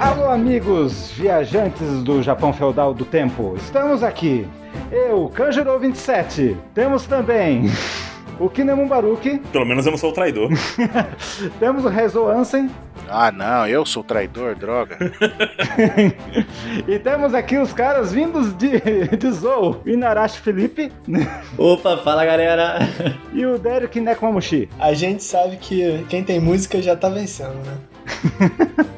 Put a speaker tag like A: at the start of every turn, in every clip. A: Alô, amigos viajantes do Japão feudal do tempo. Estamos aqui. Eu, Kanjuro 27. Temos também o Kinemon Baruki.
B: Pelo menos eu não sou o traidor.
A: Temos o Rezo Ansem.
C: Ah, não, eu sou traidor, droga.
A: E temos aqui os caras vindos de, de Zou, Inarashi Felipe
D: Opa, fala galera!
A: e o Derek Nekomamushi.
E: A gente sabe que quem tem música já tá vencendo, né?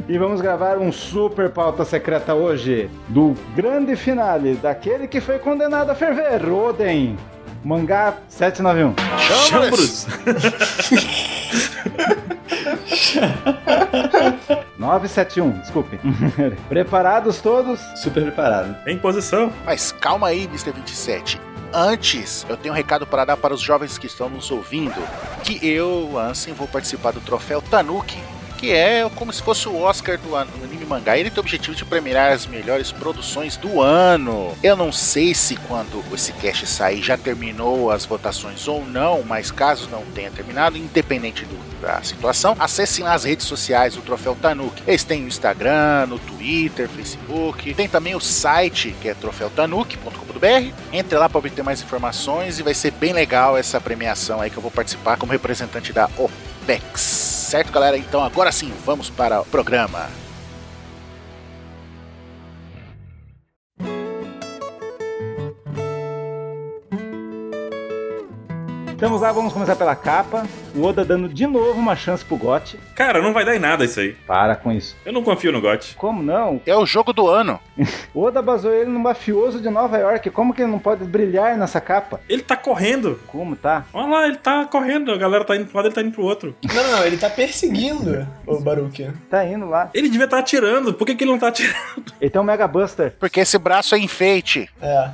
A: E vamos gravar um super pauta secreta hoje do grande finale daquele que foi condenado a ferver, Oden. Mangá 791.
B: Chambros!
A: 971, desculpe. Preparados todos?
D: Super preparado.
B: Em posição.
C: Mas calma aí, Mr. 27. Antes, eu tenho um recado para dar para os jovens que estão nos ouvindo, que eu, Ansem, vou participar do troféu Tanuki, que é como se fosse o Oscar do an- do anime mangá. Ele tem o objetivo de premiar as melhores produções do ano. Eu não sei se quando esse cast sair já terminou as votações ou não, mas caso não tenha terminado, independente do- da situação, acessem lá as redes sociais do Troféu Tanuki. Eles têm no Instagram, no Twitter, Facebook, tem também o site que é troféutanuki.com.br. Entre lá para obter mais informações e vai ser bem legal essa premiação aí que eu vou participar como representante da OPEX. Certo, galera? Então agora sim, vamos para o programa.
A: Estamos lá, vamos começar pela capa. O Oda dando de novo uma chance pro Gotti.
B: Cara, não vai dar em nada isso aí.
A: Para com isso.
B: Eu não confio no GOT.
A: Como não?
C: É o jogo do ano.
A: O Oda baseou ele no mafioso de Nova York. Como que ele não pode brilhar nessa capa?
B: Ele tá correndo.
A: Como tá?
B: Olha lá, ele tá correndo. A galera tá indo pro lado, ele tá indo pro outro.
E: Não, não, não, ele tá perseguindo o Baruki.
A: Tá indo lá.
B: Ele devia estar atirando. Por que, que ele não tá atirando?
A: Ele tem um Mega Buster.
C: Porque esse braço é enfeite.
E: É.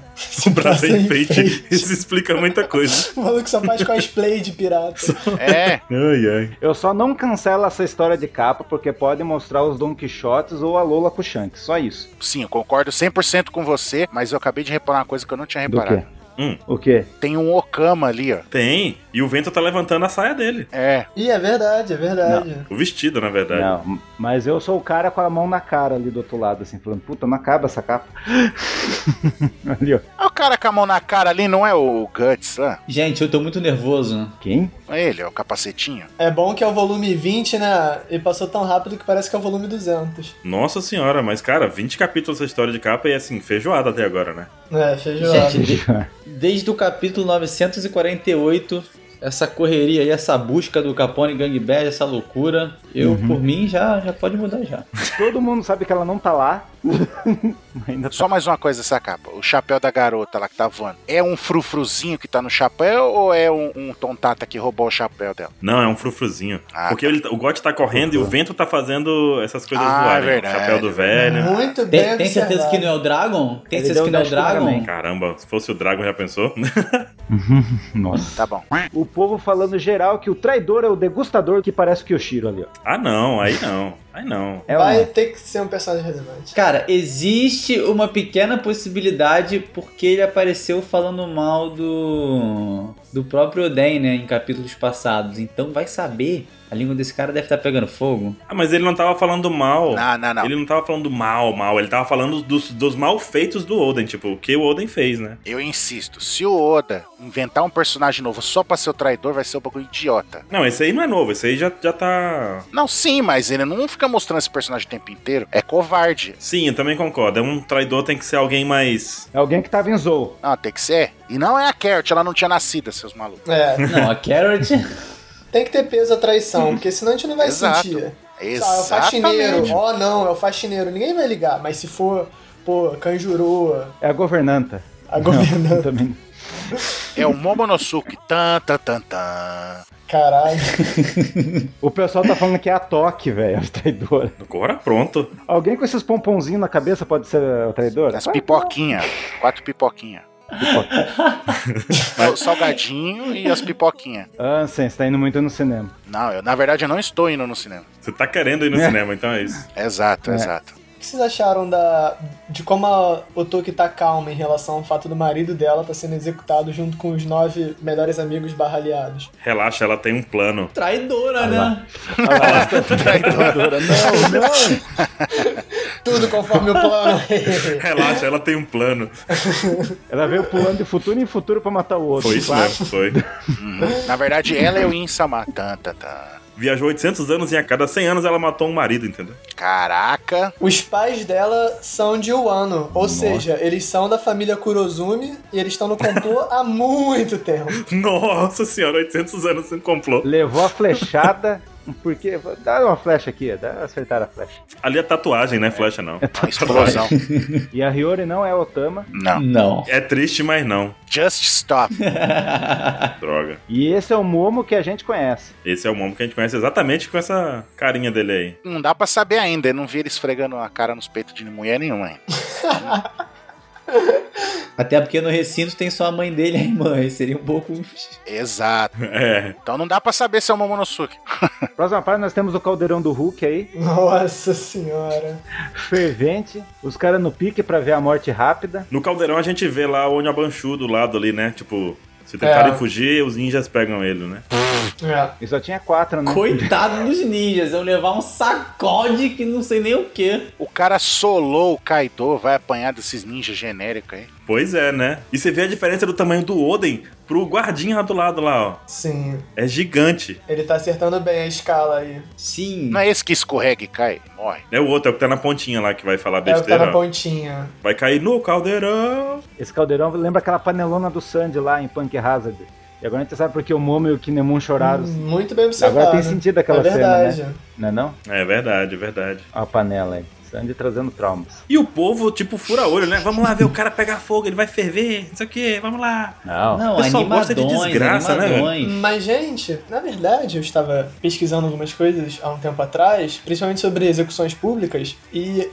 B: O braço é
E: Nossa,
B: enfeite.
E: enfeite.
B: Isso explica muita coisa.
E: O maluco só faz cosplay de pirata.
C: É.
B: Ai, ai.
A: Eu só não cancelo essa história de capa porque pode mostrar os Don Quixotes ou a Lola com o Shanks. Só isso.
C: Sim, eu concordo 100% com você, mas eu acabei de reparar uma coisa que eu não tinha
A: Do quê?
C: reparado.
B: Hum.
A: O quê?
C: Tem um Okama ali, ó.
B: Tem. E o vento tá levantando a saia dele.
C: É.
E: Ih, é verdade, é verdade.
B: O vestido, na verdade.
A: Não, mas eu sou o cara com a mão na cara ali do outro lado, assim, falando, puta, não acaba essa capa. ali, ó.
C: Ah, O cara com a mão na cara ali não é o Guts lá?
D: Gente, eu tô muito nervoso.
A: Quem?
C: Não é ele, é o capacetinho.
E: É bom que é o volume 20, né? E passou tão rápido que parece que é o volume 200.
B: Nossa senhora, mas cara, 20 capítulos dessa história de capa e assim, feijoada até agora, né?
E: É, feijoada.
D: Gente, de- desde o capítulo 948, essa correria aí, essa busca do Capone Gangbang, essa loucura, eu, por mim, já, já pode mudar já.
A: Todo mundo sabe que ela não tá lá. Ainda tá-
C: Só mais uma coisa dessa capa. O chapéu da garota lá que tá voando. É um frufruzinho que tá no chapéu ou é um, um tontata que roubou o chapéu dela?
B: Não, é um frufruzinho.
C: Ah.
B: Porque ele- o Gote tá correndo e o vento tá fazendo essas coisas
C: Ah,
B: voarem. né?
C: verdade.
B: Chapéu do velho.
E: Muito bem
D: é, né? Tem, tem
E: observado.
D: certeza que não é o Dragon? Tem
A: Ele
D: certeza
A: deu um
D: que não é o
A: dash pro
D: Dragon?
A: Dragon.
B: Caramba, se fosse o Dragon, já pensou?
A: Nossa.
C: Tá bom.
A: O povo falando geral que o traidor é o degustador que parece que o Shiro ali, ó.
B: ah, não, aí não. Aí não.
A: É
E: Vai
A: uma...
D: né?
E: ter que ser um personagem relevante.
D: Cara, existe uma pequena possibilidade porque ele apareceu falando mal do do próprio Oden, né, em capítulos passados. Então vai saber, a língua desse cara deve estar pegando fogo.
B: Ah, mas ele não tava falando mal.
C: Não, não, não.
B: Ele não tava falando mal, mal. Ele tava falando dos, dos malfeitos do Oden, tipo, o que o Oden fez, né?
C: Eu insisto, se o Oda inventar um personagem novo só pra ser o traidor, vai ser um bagulho idiota.
B: Não, esse aí não é novo, esse aí já, já tá.
C: Não, sim, mas ele não fica mostrando esse personagem o tempo inteiro. É covarde.
B: Sim, eu também concordo. É um traidor, tem que ser alguém mais.
A: É alguém que tava em Zou.
C: Não, tem que ser. E não é a Carrot, ela não tinha nascido, seus malucos.
E: É,
D: Não, a Carrot
E: tem que ter peso a traição, porque senão a gente não vai
C: Exato.
E: sentir. Ah, é o faxineiro.
C: Exatamente.
E: Ó, não, é o faxineiro. Ninguém vai ligar, mas se for, pô, Kanjuru,
A: É a governanta.
E: a
A: Não,
E: governanta.
A: também.
C: É o Momonosuke. Tan, tan, tan, tan.
E: Caralho.
A: O pessoal tá falando que é a Toque, velho, a traidora.
B: Agora pronto.
A: Alguém com esses pomponzinhos na cabeça pode ser a traidora?
C: As pipoquinhas. Quatro pipoquinhas.
A: Pipoca.
C: O salgadinho e as pipoquinhas.
A: Ansem, você tá indo muito no cinema.
C: Não, eu, na verdade eu não estou indo no cinema.
B: Você tá querendo ir no
A: É.
B: cinema, então é isso.
C: Exato,
A: É.
C: exato.
E: que vocês acharam da, de como a Otoki tá calma em relação ao fato do marido dela tá sendo executado junto com os nove melhores amigos barra aliados?
B: Relaxa, ela tem um plano.
D: Traidora, né?
C: Traidora.
E: Não, não! Tudo conforme o plano.
B: Relaxa, ela tem um plano.
A: Ela veio pulando de futuro em futuro pra matar o outro.
B: Foi isso mesmo, foi.
C: Na verdade, ela é o Insama. Tan, tan, tan.
B: Viajou 800 anos e a cada 100 anos ela matou um marido, entendeu?
C: Caraca.
E: Os pais dela são de Wano, ou seja, eles são da família Kurozumi e eles estão no complô há muito tempo.
B: Nossa senhora, 800 anos no complô.
A: Levou a flechada. Porque. Dá uma flecha aqui, dá acertar a flecha.
B: Ali é tatuagem, né? Flecha não.
C: Uma explosão.
A: E a Hiyori não é Otama.
C: Não.
D: Não.
B: É triste, mas não.
C: Just stop.
B: Droga.
A: E esse é o Momo que a gente conhece.
B: Esse é o Momo que a gente conhece exatamente com essa carinha dele aí.
C: Não dá pra saber ainda. Eu não vi ele esfregando a cara nos peitos de mulher nenhuma, hein?
D: Até porque no recinto tem só a mãe dele e a irmã. aí Seria um pouco.
C: Exato.
B: É.
C: Então não dá pra saber se é o Momonosuke.
A: Próxima parte nós temos o caldeirão do Hulk aí.
E: Nossa senhora.
A: Fervente. Os caras no pique pra ver a morte rápida.
B: No caldeirão a gente vê lá o Onyabanshu do lado ali, né? Tipo, se tentarem
E: É.
B: fugir, os ninjas pegam ele, né?
E: É.
A: E só tinha quatro, né?
D: Coitado dos ninjas, eu levar um sacode que não sei nem o que.
C: O cara solou o Kaido, vai apanhar desses ninjas genéricos aí.
B: Pois é, né? E você vê a diferença do tamanho do Oden pro guardinha lá do lado lá, ó.
E: Sim,
B: É gigante.
E: ele tá acertando bem a escala aí.
D: Sim.
C: Não é esse que escorrega e cai? Morre.
B: É o outro, é o que tá na pontinha lá que vai falar
E: É o que tá
B: besteira.
E: na
B: ó.
E: pontinha.
B: vai cair no caldeirão.
A: Esse caldeirão lembra aquela panelona do Sandy lá em Punk Hazard. E agora a gente sabe porque o Momo e o Kinemon choraram.
E: Hum, Muito bem observado.
A: Agora tem sentido aquela
E: é
A: cena,
E: verdade.
A: né? Não é não?
B: É verdade, é verdade.
A: Ó a panela aí. Sandy trazendo traumas.
B: E o povo, tipo, fura olho, né? Vamos lá ver o cara pegar fogo, ele vai ferver, não sei o quê, vamos lá.
A: Não.
D: Não,
B: O pessoal gosta de
D: animadões,
B: desgraça, né, velho?
D: animadões.
E: Mas, gente, na verdade, eu estava pesquisando algumas coisas há um tempo atrás, principalmente sobre execuções públicas, e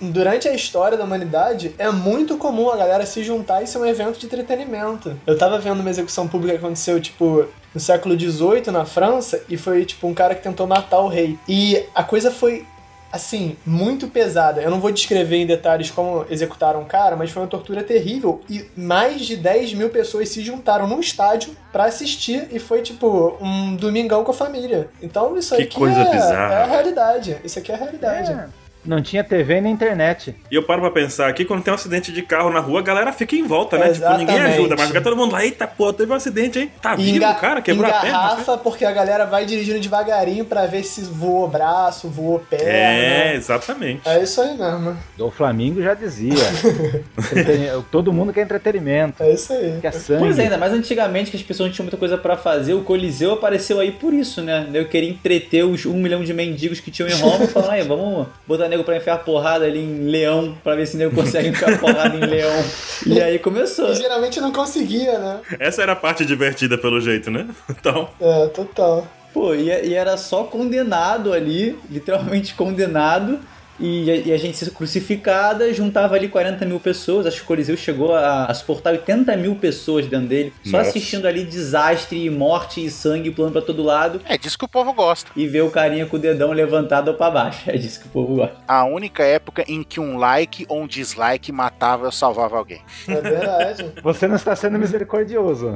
E: durante a história da humanidade é muito comum a galera se juntar e ser um evento de entretenimento. Eu tava vendo uma execução pública que aconteceu, tipo, no século XVIII na França, e foi, tipo, um cara que tentou matar o rei. E a coisa foi. Assim, muito pesada. Eu não vou descrever em detalhes como executaram o cara, mas foi uma tortura terrível. E mais de 10 mil pessoas se juntaram num estádio pra assistir e foi tipo um domingão com a família. Então isso
B: Que
E: aqui
B: coisa
E: é,
B: bizarra.
E: é a realidade. Isso aqui é a realidade.
A: É. Não tinha TV nem internet.
B: E eu paro pra pensar aqui, quando tem um acidente de carro na rua, a galera fica em volta, né? Tipo, ninguém
E: Exatamente.
B: ajuda, mas fica todo mundo lá, eita porra, teve um acidente, hein? Tá vivo
E: Enga-
B: o cara, quebrou a perna.
E: engarrafa, porque a galera vai dirigindo devagarinho pra ver se voou braço, voou
B: É,
E: perna.
B: exatamente.
E: É isso aí mesmo.
A: O Flamengo já dizia. Entreten- Todo mundo quer entretenimento.
E: É isso aí.
A: Quer sangue.
D: Pois é, ainda mais antigamente que as pessoas não tinham muita coisa pra fazer, o Coliseu apareceu aí por isso, né? Eu queria entreter os um milhão de mendigos que tinham em Roma, falando aí, vamos botar nego pra enfiar porrada ali em leão, pra ver se nego consegue enfiar porrada em leão. E aí começou.
E: E geralmente não conseguia, né?
B: Essa era a parte divertida, pelo jeito, né? Então,
E: É, total.
D: Pô, e, e era só condenado ali, literalmente condenado, e, a- e a gente crucificada, juntava ali 40 mil pessoas, acho que o Coliseu chegou a, a suportar 80 mil pessoas dentro dele, só
B: Nossa.
D: assistindo ali desastre e morte e sangue pulando pra todo lado.
C: É disso que o povo gosta.
D: e ver o carinha com o dedão levantado pra baixo. É disso que o povo gosta.
C: A única época em que um like ou um dislike matava ou salvava alguém.
E: É verdade.
A: Você não está sendo misericordioso.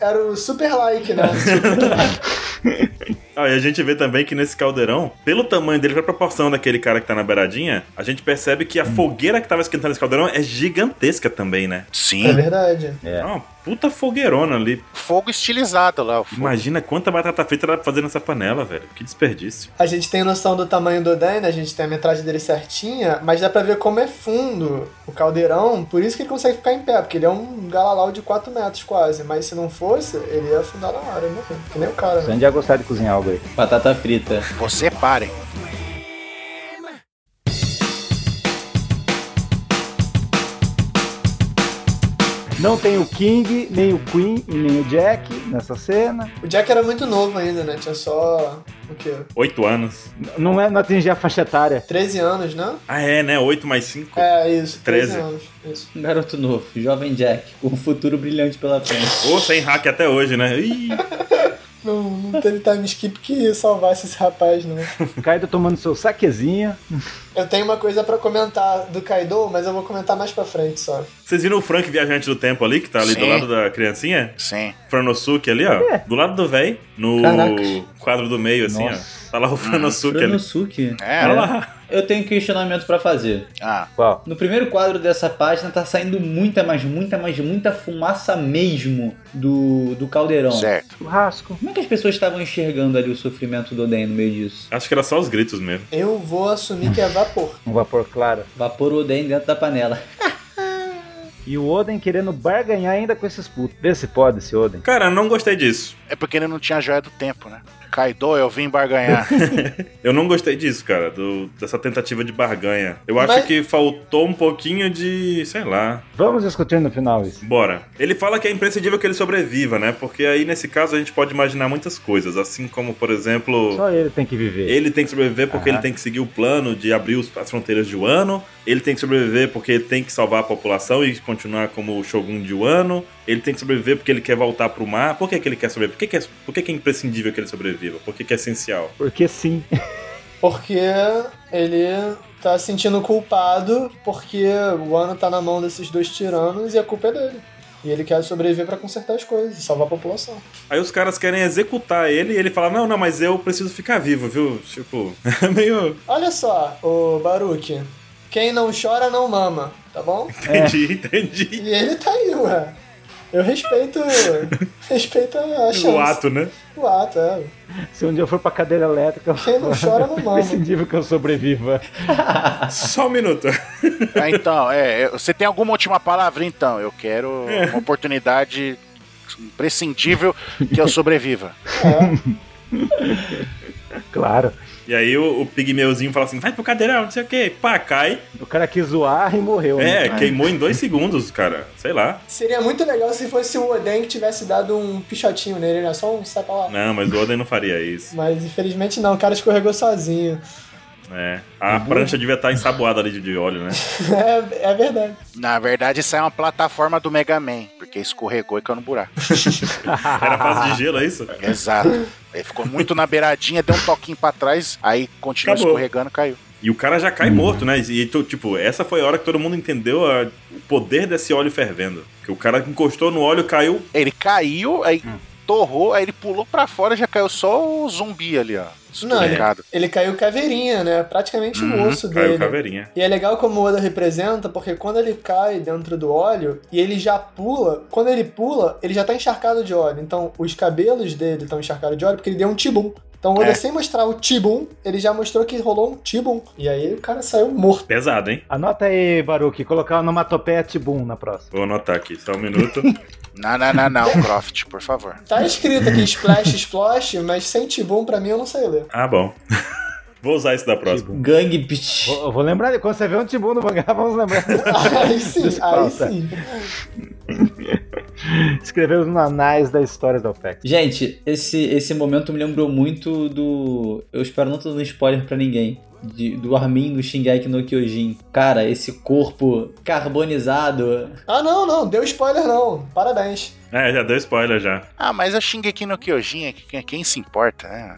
E: Era o super like, né?
B: Ah, e a gente vê também que nesse caldeirão, pelo tamanho dele, pela proporção daquele cara que tá na beiradinha, a gente percebe que a fogueira que tava esquentando esse caldeirão é gigantesca também, né?
E: É
C: Sim.
E: verdade.
B: É, uma puta fogueirona ali.
C: Fogo estilizado lá. o fogo.
B: Imagina quanta batata frita ela tá fazendo nessa panela, velho. Que desperdício.
E: A gente tem noção do tamanho do Oden, né? A gente tem a metragem dele certinha, mas dá pra ver como é fundo o caldeirão, por isso que ele consegue ficar em pé, porque ele é um galalau de 4 metros quase, mas se não fosse, ele ia afundar na hora, né? Que nem o cara, né?
A: Sandy ia gostar de cozinhar algo aí.
D: Batata frita.
C: Você pare.
A: Não tem o King, nem o Queen e nem o Jack nessa cena.
E: O Jack era muito novo ainda, né? Tinha só, o quê?
B: Oito anos.
A: N- Não, é, não atingir a faixa etária.
E: 13 anos, né?
B: Ah, é, né? Oito mais cinco.
E: É, isso, 13,
B: 13.
E: anos. Isso.
D: Um garoto novo, jovem Jack, com um futuro brilhante pela frente.
B: Ou sem hack até hoje, né? Ih,
E: Não, não não teve time skip que salvasse esse rapaz, não.
A: Kaido tomando seu saquezinho.
E: Eu tenho uma coisa pra comentar do Kaido, mas eu vou comentar mais pra frente só.
B: Vocês viram o Frank Viajante do Tempo ali, que tá ali do
C: Sim.
B: lado da criancinha?
C: Sim.
B: Franosuke ali, ó.
A: Cadê?
B: Do lado do véi, no
D: Caraca.
B: quadro do meio, assim,
A: Nossa.
B: ó. Tá lá o Franosuke ali.
D: Ah, Franosuke.
C: É,
B: Olha lá.
D: Eu tenho um questionamento pra fazer.
C: Ah,
A: Qual?
D: No primeiro quadro dessa página tá saindo muita, mas muita, mas muita fumaça mesmo do, do
E: Então.
D: caldeirão.
C: certo.
A: Churrasco.
D: Como é que as pessoas estavam enxergando ali o sofrimento do Oden no meio disso?
B: Acho que era só os gritos mesmo.
E: Eu vou assumir que é vapor.
A: Um vapor claro.
D: Vapor o Oden dentro da panela.
A: E o Oden querendo barganhar ainda com esses putos. Vê se pode esse Oden.
B: Cara, não gostei disso.
C: É porque ele não tinha a joia do tempo, né? Kaido, eu vim barganhar.
B: Eu não gostei disso, cara, do- dessa tentativa de barganha. Eu acho
E: Mas-
B: que faltou um pouquinho de, sei lá,
A: Vamos discutir no final isso.
B: Bora. Ele fala que é imprescindível que ele sobreviva, né? Porque aí, nesse caso, a gente pode imaginar muitas coisas. Assim como, por exemplo,
A: Só ele tem que viver.
B: ele tem que sobreviver porque
C: Aham.
B: ele tem que seguir o plano de abrir os- as fronteiras de Wano. Ele tem que sobreviver porque ele tem que salvar a população e continuar como o Shogun de Wano. Ele tem que sobreviver porque ele quer voltar pro mar. Por que, que ele quer sobreviver? Por, que, que é, por que, que é imprescindível que ele sobreviva? Por que, que é essencial?
A: Porque sim.
E: Porque ele tá se sentindo culpado porque o ano tá na mão desses dois tiranos e a culpa é dele. E ele quer sobreviver pra consertar as coisas e salvar a população.
B: Aí os caras querem executar ele e ele fala: Não, não, mas eu preciso ficar vivo, viu? Tipo, é meio.
E: Olha só, o Baruque. Quem não chora não mama, tá bom?
B: Entendi, entendi.
E: E ele tá aí, ué. Eu respeito. respeito a chance.
B: O ato, né?
E: O ato, é.
A: Se um dia eu for pra cadeira elétrica,
E: Quem não chora não
A: é
E: mama.
A: imprescindível que eu sobreviva.
B: Só um minuto.
C: Ah, então, é, é, você tem alguma última palavra, então? Eu quero uma oportunidade imprescindível que eu sobreviva.
E: É.
A: Claro.
B: E aí o, o pigmeuzinho fala assim, vai pro cadeirão, não sei o que, pá, cai.
A: O cara quis zoar e morreu. né?
B: É,
C: Ai.
B: queimou em dois segundos, cara. Sei lá.
E: Seria muito legal se fosse o Oden que tivesse dado um pichotinho nele, né? Só um sai pra lá.
B: Não, mas o Oden não faria isso.
E: Mas infelizmente não, o cara escorregou sozinho.
B: É. A prancha devia estar ensaboada ali de- de óleo, né?
E: É, é verdade.
C: Na verdade, sai uma plataforma do Mega Man, porque escorregou e caiu no buraco.
B: Era fase de gelo, é isso?
C: Exato. Ele ficou muito na beiradinha, deu um toquinho pra trás, aí continuou
B: Acabou.
C: escorregando e caiu.
B: E o cara já cai morto, né? E tu- tipo, essa foi a hora que todo mundo entendeu a- o poder desse óleo fervendo. Que o cara encostou no óleo, caiu.
C: Ele caiu, aí torrou, aí ele pulou pra fora, já caiu só o zumbi ali, ó.
E: Não, ele,
C: Escorregado.
E: ele caiu caveirinha, né? Praticamente o osso
B: Uhum, caiu
E: dele.
B: caveirinha.
E: E é legal como o Oda representa, porque quando ele cai dentro do óleo e ele já pula, quando ele pula, ele já tá encharcado de óleo. Então, os cabelos dele estão encharcados de óleo porque ele deu um tibum. Então, o Oda,
C: É.
E: sem mostrar o tibum, ele já mostrou que rolou um tibum. E aí o cara saiu morto.
B: Pesado, hein?
A: Anota aí, Baruque, colocar onomatopeia Tibum na próxima.
B: Vou anotar aqui, só um minuto.
C: Não, não, não, não, Croft, por favor.
E: Tá escrito aqui splash, splash, mas sem tibum pra mim eu não sei ler.
B: Ah, bom. Vou usar isso da próxima.
D: Gang bitch.
A: Vou, vou lembrar, de- quando você vê um Tibum no mangá, vamos lembrar.
E: Aí sim, aí
A: Desfalta.
E: sim.
A: Escrevemos no anais da história da OPEX.
D: Gente, esse, esse momento me lembrou muito do. Eu espero não estar dando spoiler pra ninguém. de- do Armin do Shingeki no Kyojin. Cara, esse corpo carbonizado.
E: Ah, não, não, deu spoiler não. Parabéns.
B: É, já deu spoiler já.
C: Ah, mas eu xinguei aqui no Kyojin, é que- quem, quem se importa, né?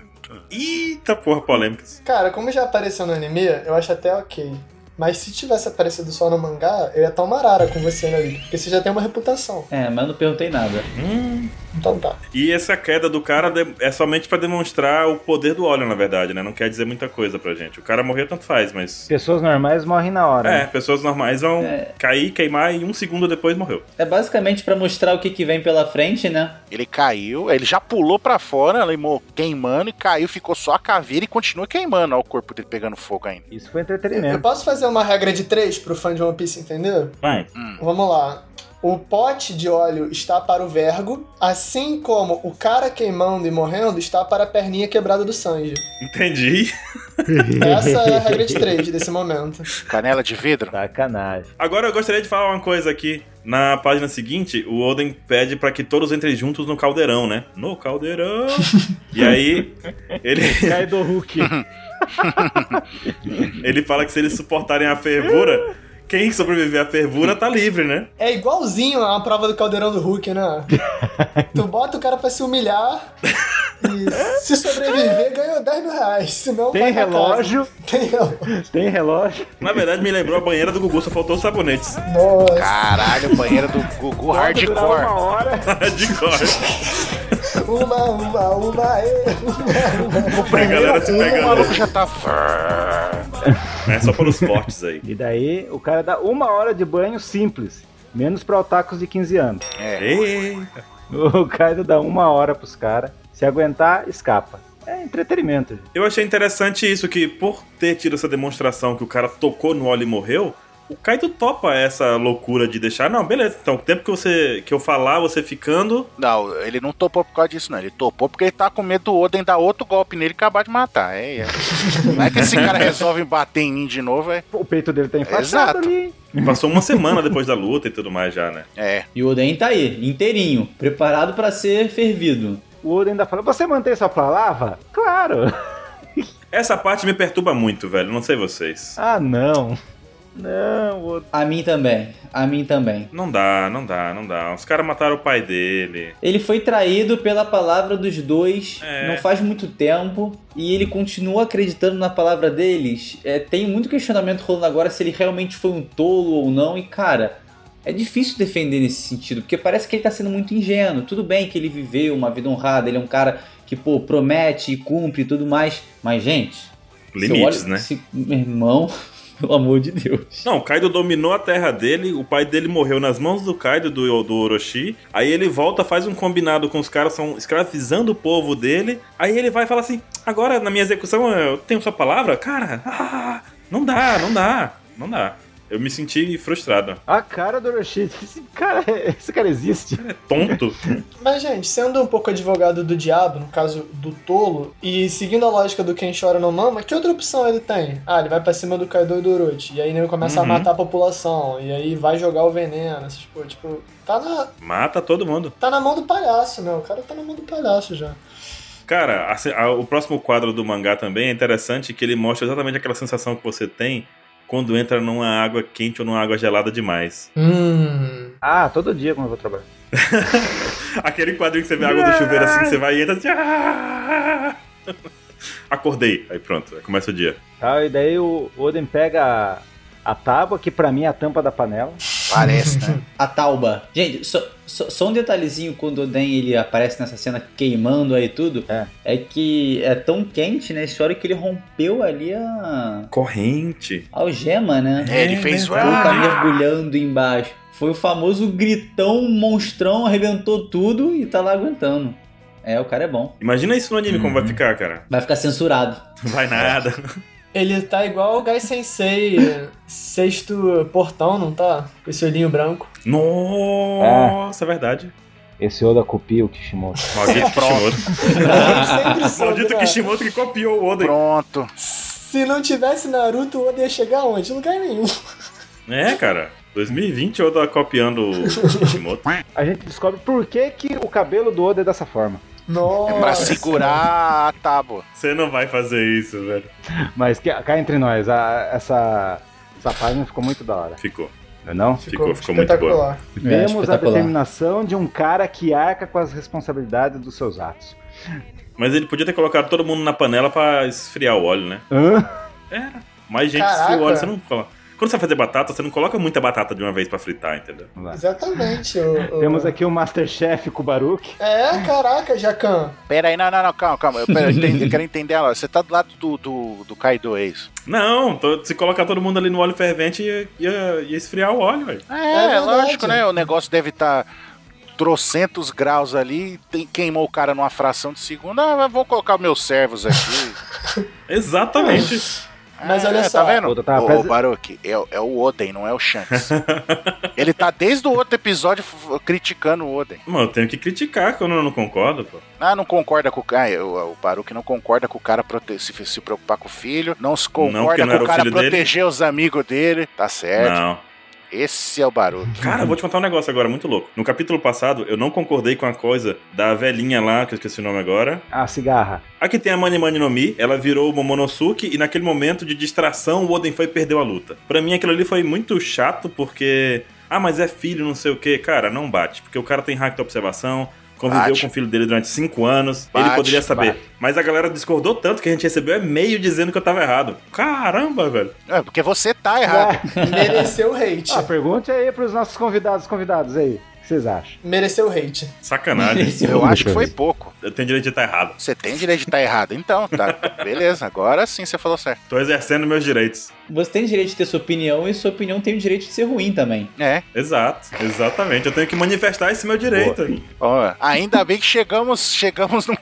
B: Eita porra, polêmicas.
E: Cara, como já apareceu no anime, eu acho até ok. Mas se tivesse aparecido só no mangá, eu ia estar uma arara com você, né, Vitor? Porque você já tem uma reputação.
D: É, mas eu não perguntei nada.
B: Hum.
E: Então tá.
B: E essa queda do cara de- é somente pra demonstrar o poder do óleo, na verdade, né? Não quer dizer muita coisa pra gente. O cara morreu, tanto faz, mas.
A: Pessoas normais morrem na hora.
B: É,
A: né?
B: pessoas normais vão cair, queimar e um segundo depois morreu.
D: É basicamente pra mostrar o que, que vem pela frente, né?
C: Ele caiu, ele já pulou pra fora, ele mo- queimando e caiu, ficou só a caveira e continua queimando, ó, o corpo dele pegando fogo ainda.
A: Isso foi
E: Eu
A: entretenimento.
E: posso fazer uma regra de três pro fã de One Piece entender?
B: Vai.
E: Vamos lá. O pote de óleo está para o vergo, assim como o cara queimando e morrendo está para a perninha quebrada do Sanji.
B: Entendi.
E: Essa é a regra de três desse momento.
C: Canela de vidro?
A: Sacanagem.
B: Agora eu gostaria de falar uma coisa aqui. Na página seguinte, o Oden pede pra que todos entrem juntos no caldeirão, né? No caldeirão. e aí, ele,
A: Cai do Hulk.
B: ele fala que se eles suportarem a fervura, quem sobreviver à fervura tá livre, né?
E: É igualzinho a prova do caldeirão do Hulk, né? tu bota o cara pra se humilhar, E se sobreviver, ganhou 10 mil reais. Senão
A: Tem
E: vai pra
A: relógio,
E: casa. Tem relógio.
A: tem relógio.
B: Na verdade, me lembrou a banheira do Gugu, só faltou os sabonetes.
E: Nossa.
C: Caralho, banheiro do Gugu
A: Pode durar Uma
C: hardcore.
A: hora.
B: De corte.
E: Uma, uma, uma, ê, uma, uma.
B: A galera se
C: O maluco
B: pegando.
C: já tá.
B: É só para os fortes aí.
A: E daí o cara dá uma hora de banho simples. Menos pra otakus de 15 anos.
C: É,
B: Ei,
A: O Kaido dá uma hora pros caras. Se aguentar, escapa. É entretenimento. gente.
B: Eu achei interessante isso, que por ter tido essa demonstração que o cara tocou no óleo e morreu, o Kaido topa essa loucura de deixar. Não, beleza, então o tempo que você que eu falar, você ficando.
C: não, ele não topou por causa disso, não. Ele topou porque ele tá com medo do Oden dar outro golpe nele e acabar de matar. É, é. Não é que esse cara resolve bater em mim de novo, é.
A: O peito dele tá enfaixado
C: Exato.
A: ali. hein?
B: Passou uma semana depois da luta e tudo mais já, né?
C: É.
D: E o Oden tá aí, inteirinho, preparado pra ser fervido.
A: O Oden ainda fala, você mantém sua palavra? Claro.
B: Essa parte me perturba muito, velho. Não sei vocês.
A: Ah, não. Não, o Oden.
D: A mim também, a mim também.
B: Não dá, não dá, não dá. Os caras mataram o pai dele.
D: Ele foi traído pela palavra dos dois,
B: É.
D: não faz muito tempo, e ele continua acreditando na palavra deles. É, tem muito questionamento rolando agora se ele realmente foi um tolo ou não, e cara, é difícil defender nesse sentido, porque parece que ele tá sendo muito ingênuo. Tudo bem que ele viveu uma vida honrada, ele é um cara que, pô, promete e cumpre e tudo mais, mas, gente. se eu
B: Limites,
D: olho
B: né?
D: esse- Meu irmão, pelo amor de Deus.
B: Não, o Kaido dominou a terra dele, o pai dele morreu nas mãos do Kaido do, do Orochi. Aí ele volta, faz um combinado com os caras, são escravizando o povo dele. Aí ele vai e fala assim: agora na minha execução eu tenho sua palavra? Cara, ah, não dá, não dá, não dá. Eu me senti frustrado.
A: A cara do Orochi. Esse cara, esse cara existe.
B: É tonto.
E: Mas, gente, sendo um pouco advogado do diabo, no caso do tolo, e seguindo a lógica do quem chora não mama, que outra opção ele tem? Ah, ele vai pra cima do Kaido e do Orochi, e aí ele começa
B: Uhum.
E: a matar a população, e aí vai jogar o veneno, essas coisas. Tipo, tá na,
B: Mata todo mundo.
E: tá na mão do palhaço, né? O cara tá na mão do palhaço já.
B: Cara, a se- a- o próximo quadro do mangá também é interessante que ele mostra exatamente aquela sensação que você tem quando entra numa água quente ou numa água gelada demais.
E: Hum.
A: Ah, todo dia quando eu vou trabalhar.
B: Tá, Aquele quadrinho que você vê a água do chuveiro assim, que você vai e entra assim. "Ah!" Acordei. Aí pronto, aí começa o dia.
A: Tá, e daí o Oden pega a, a tábua, que pra mim é a tampa da panela.
C: Parece, né?
D: A tauba. Gente, só, só, só um detalhezinho quando o Oden ele aparece nessa cena queimando aí tudo.
A: É.
D: que é tão quente, né? a História que ele rompeu ali a.
B: Corrente.
D: a algema, né?
C: É, ele fez.
D: Ele tá
C: Ah!
D: mergulhando embaixo. Foi o famoso gritão monstrão, arrebentou tudo e tá lá aguentando. É, o cara é bom.
B: Imagina isso no anime, como
D: Uhum.
B: vai ficar, cara.
D: Vai ficar censurado.
B: Não vai nada.
E: Ele tá igual o Gai Sensei, é, sexto portão, não tá? Com esse olhinho branco.
B: Nossa, é verdade.
A: Esse Oda copia o Kishimoto.
B: Maldito Kishimoto.
E: Ele sempre soube,
B: Maldito
E: né?
B: Kishimoto que copiou o Oden.
C: Pronto.
E: Se não tivesse Naruto, o Oda ia chegar onde? Em Lugar nenhum.
B: É, cara. 2020 Oda copiando o Kishimoto.
A: A gente descobre por que, que o cabelo do Oda é dessa forma.
E: Nossa.
C: É pra segurar tá, a tábua.
B: Você não vai fazer isso, velho.
A: Mas que- cá entre nós, a- essa, essa página ficou muito da hora,
B: Ficou.
A: não é não?
B: Ficou- ficou muito
E: espetacular.
D: É,
A: Vemos a
D: espetacular.
A: determinação de um cara que arca com as responsabilidades dos seus atos.
B: Mas ele podia ter colocado todo mundo na panela pra esfriar o óleo, né?
A: Hã?
B: Mais gente
E: Caraca.
B: esfria o óleo, você não coloca. Quando você vai fazer batata, você não coloca muita batata de uma vez pra fritar, entendeu?
E: Ah. Exatamente. o- o-
A: Temos aqui o Masterchef Kubaruki.
E: É, caraca, Jacan.
C: Pera aí, não, não, não, calma, calma. Eu, pera, eu entendi- eu quero entender ela. Você tá do lado do, do, do Kaido, é isso?
B: Não, tô- se colocar todo mundo ali no óleo fervente, ia, ia- ia esfriar o óleo, velho.
E: É
C: É,
E: verdade.
C: lógico, né? O negócio deve estar trocentos graus ali, tem- queimou o cara numa fração de segundo. Ah, vou colocar meus servos aqui.
B: Exatamente.
E: Mas
C: É,
E: olha só.
C: Tá vendo?
A: Oda tá
C: Ô,
A: presen-
C: Baruch, é, o- é o Oden, não é o Shanks. Ele tá desde o outro episódio f- criticando o Oden.
B: Mano, eu tenho que criticar quando eu não concordo, pô.
C: Ah, não concorda com o cara. O, o Baruch não concorda com o cara prote- se, se preocupar com o filho. Não se
B: porque
C: concorda
B: não
C: com
B: era
C: o
B: o
C: cara
B: filho dele.
C: proteger os amigos dele. Tá certo.
B: Não.
C: Esse é o Baruch.
B: Cara, eu vou te contar um negócio agora muito louco. No capítulo passado, eu não concordei com a coisa da velhinha lá, que eu esqueci o nome agora.
A: A Ah, cigarra.
B: Aqui tem a Mani Mani no Mi, ela virou o Momonosuke e naquele momento de distração o Oden foi e perdeu a luta. Pra mim aquilo ali foi muito chato porque ah, mas é filho, não sei o que, cara, não bate, porque o cara tem hack de observação, conviveu
C: Bate.
B: com o filho dele durante cinco anos. ele
C: Bate,
B: poderia saber.
C: bate.
B: Mas a galera discordou tanto que a gente recebeu e-mail dizendo que eu tava errado. Caramba, velho.
C: É, porque você tá errado.
E: Mereceu o hate.
A: Ah, pergunte aí pros nossos convidados, convidados aí. O que vocês acham?
E: Mereceu o hate.
B: Sacanagem.
D: Esse
C: Eu
D: é o-
C: acho que foi pouco.
B: eu tenho direito de estar errado.
C: Você tem direito de estar errado. Então, tá. Beleza, agora sim você falou certo.
B: Tô exercendo meus direitos.
D: Você tem direito de ter sua opinião e sua opinião tem o direito de ser ruim também.
C: É.
B: Exato, exatamente. Eu tenho que manifestar esse meu direito.
C: Ó, ainda bem que chegamos, chegamos num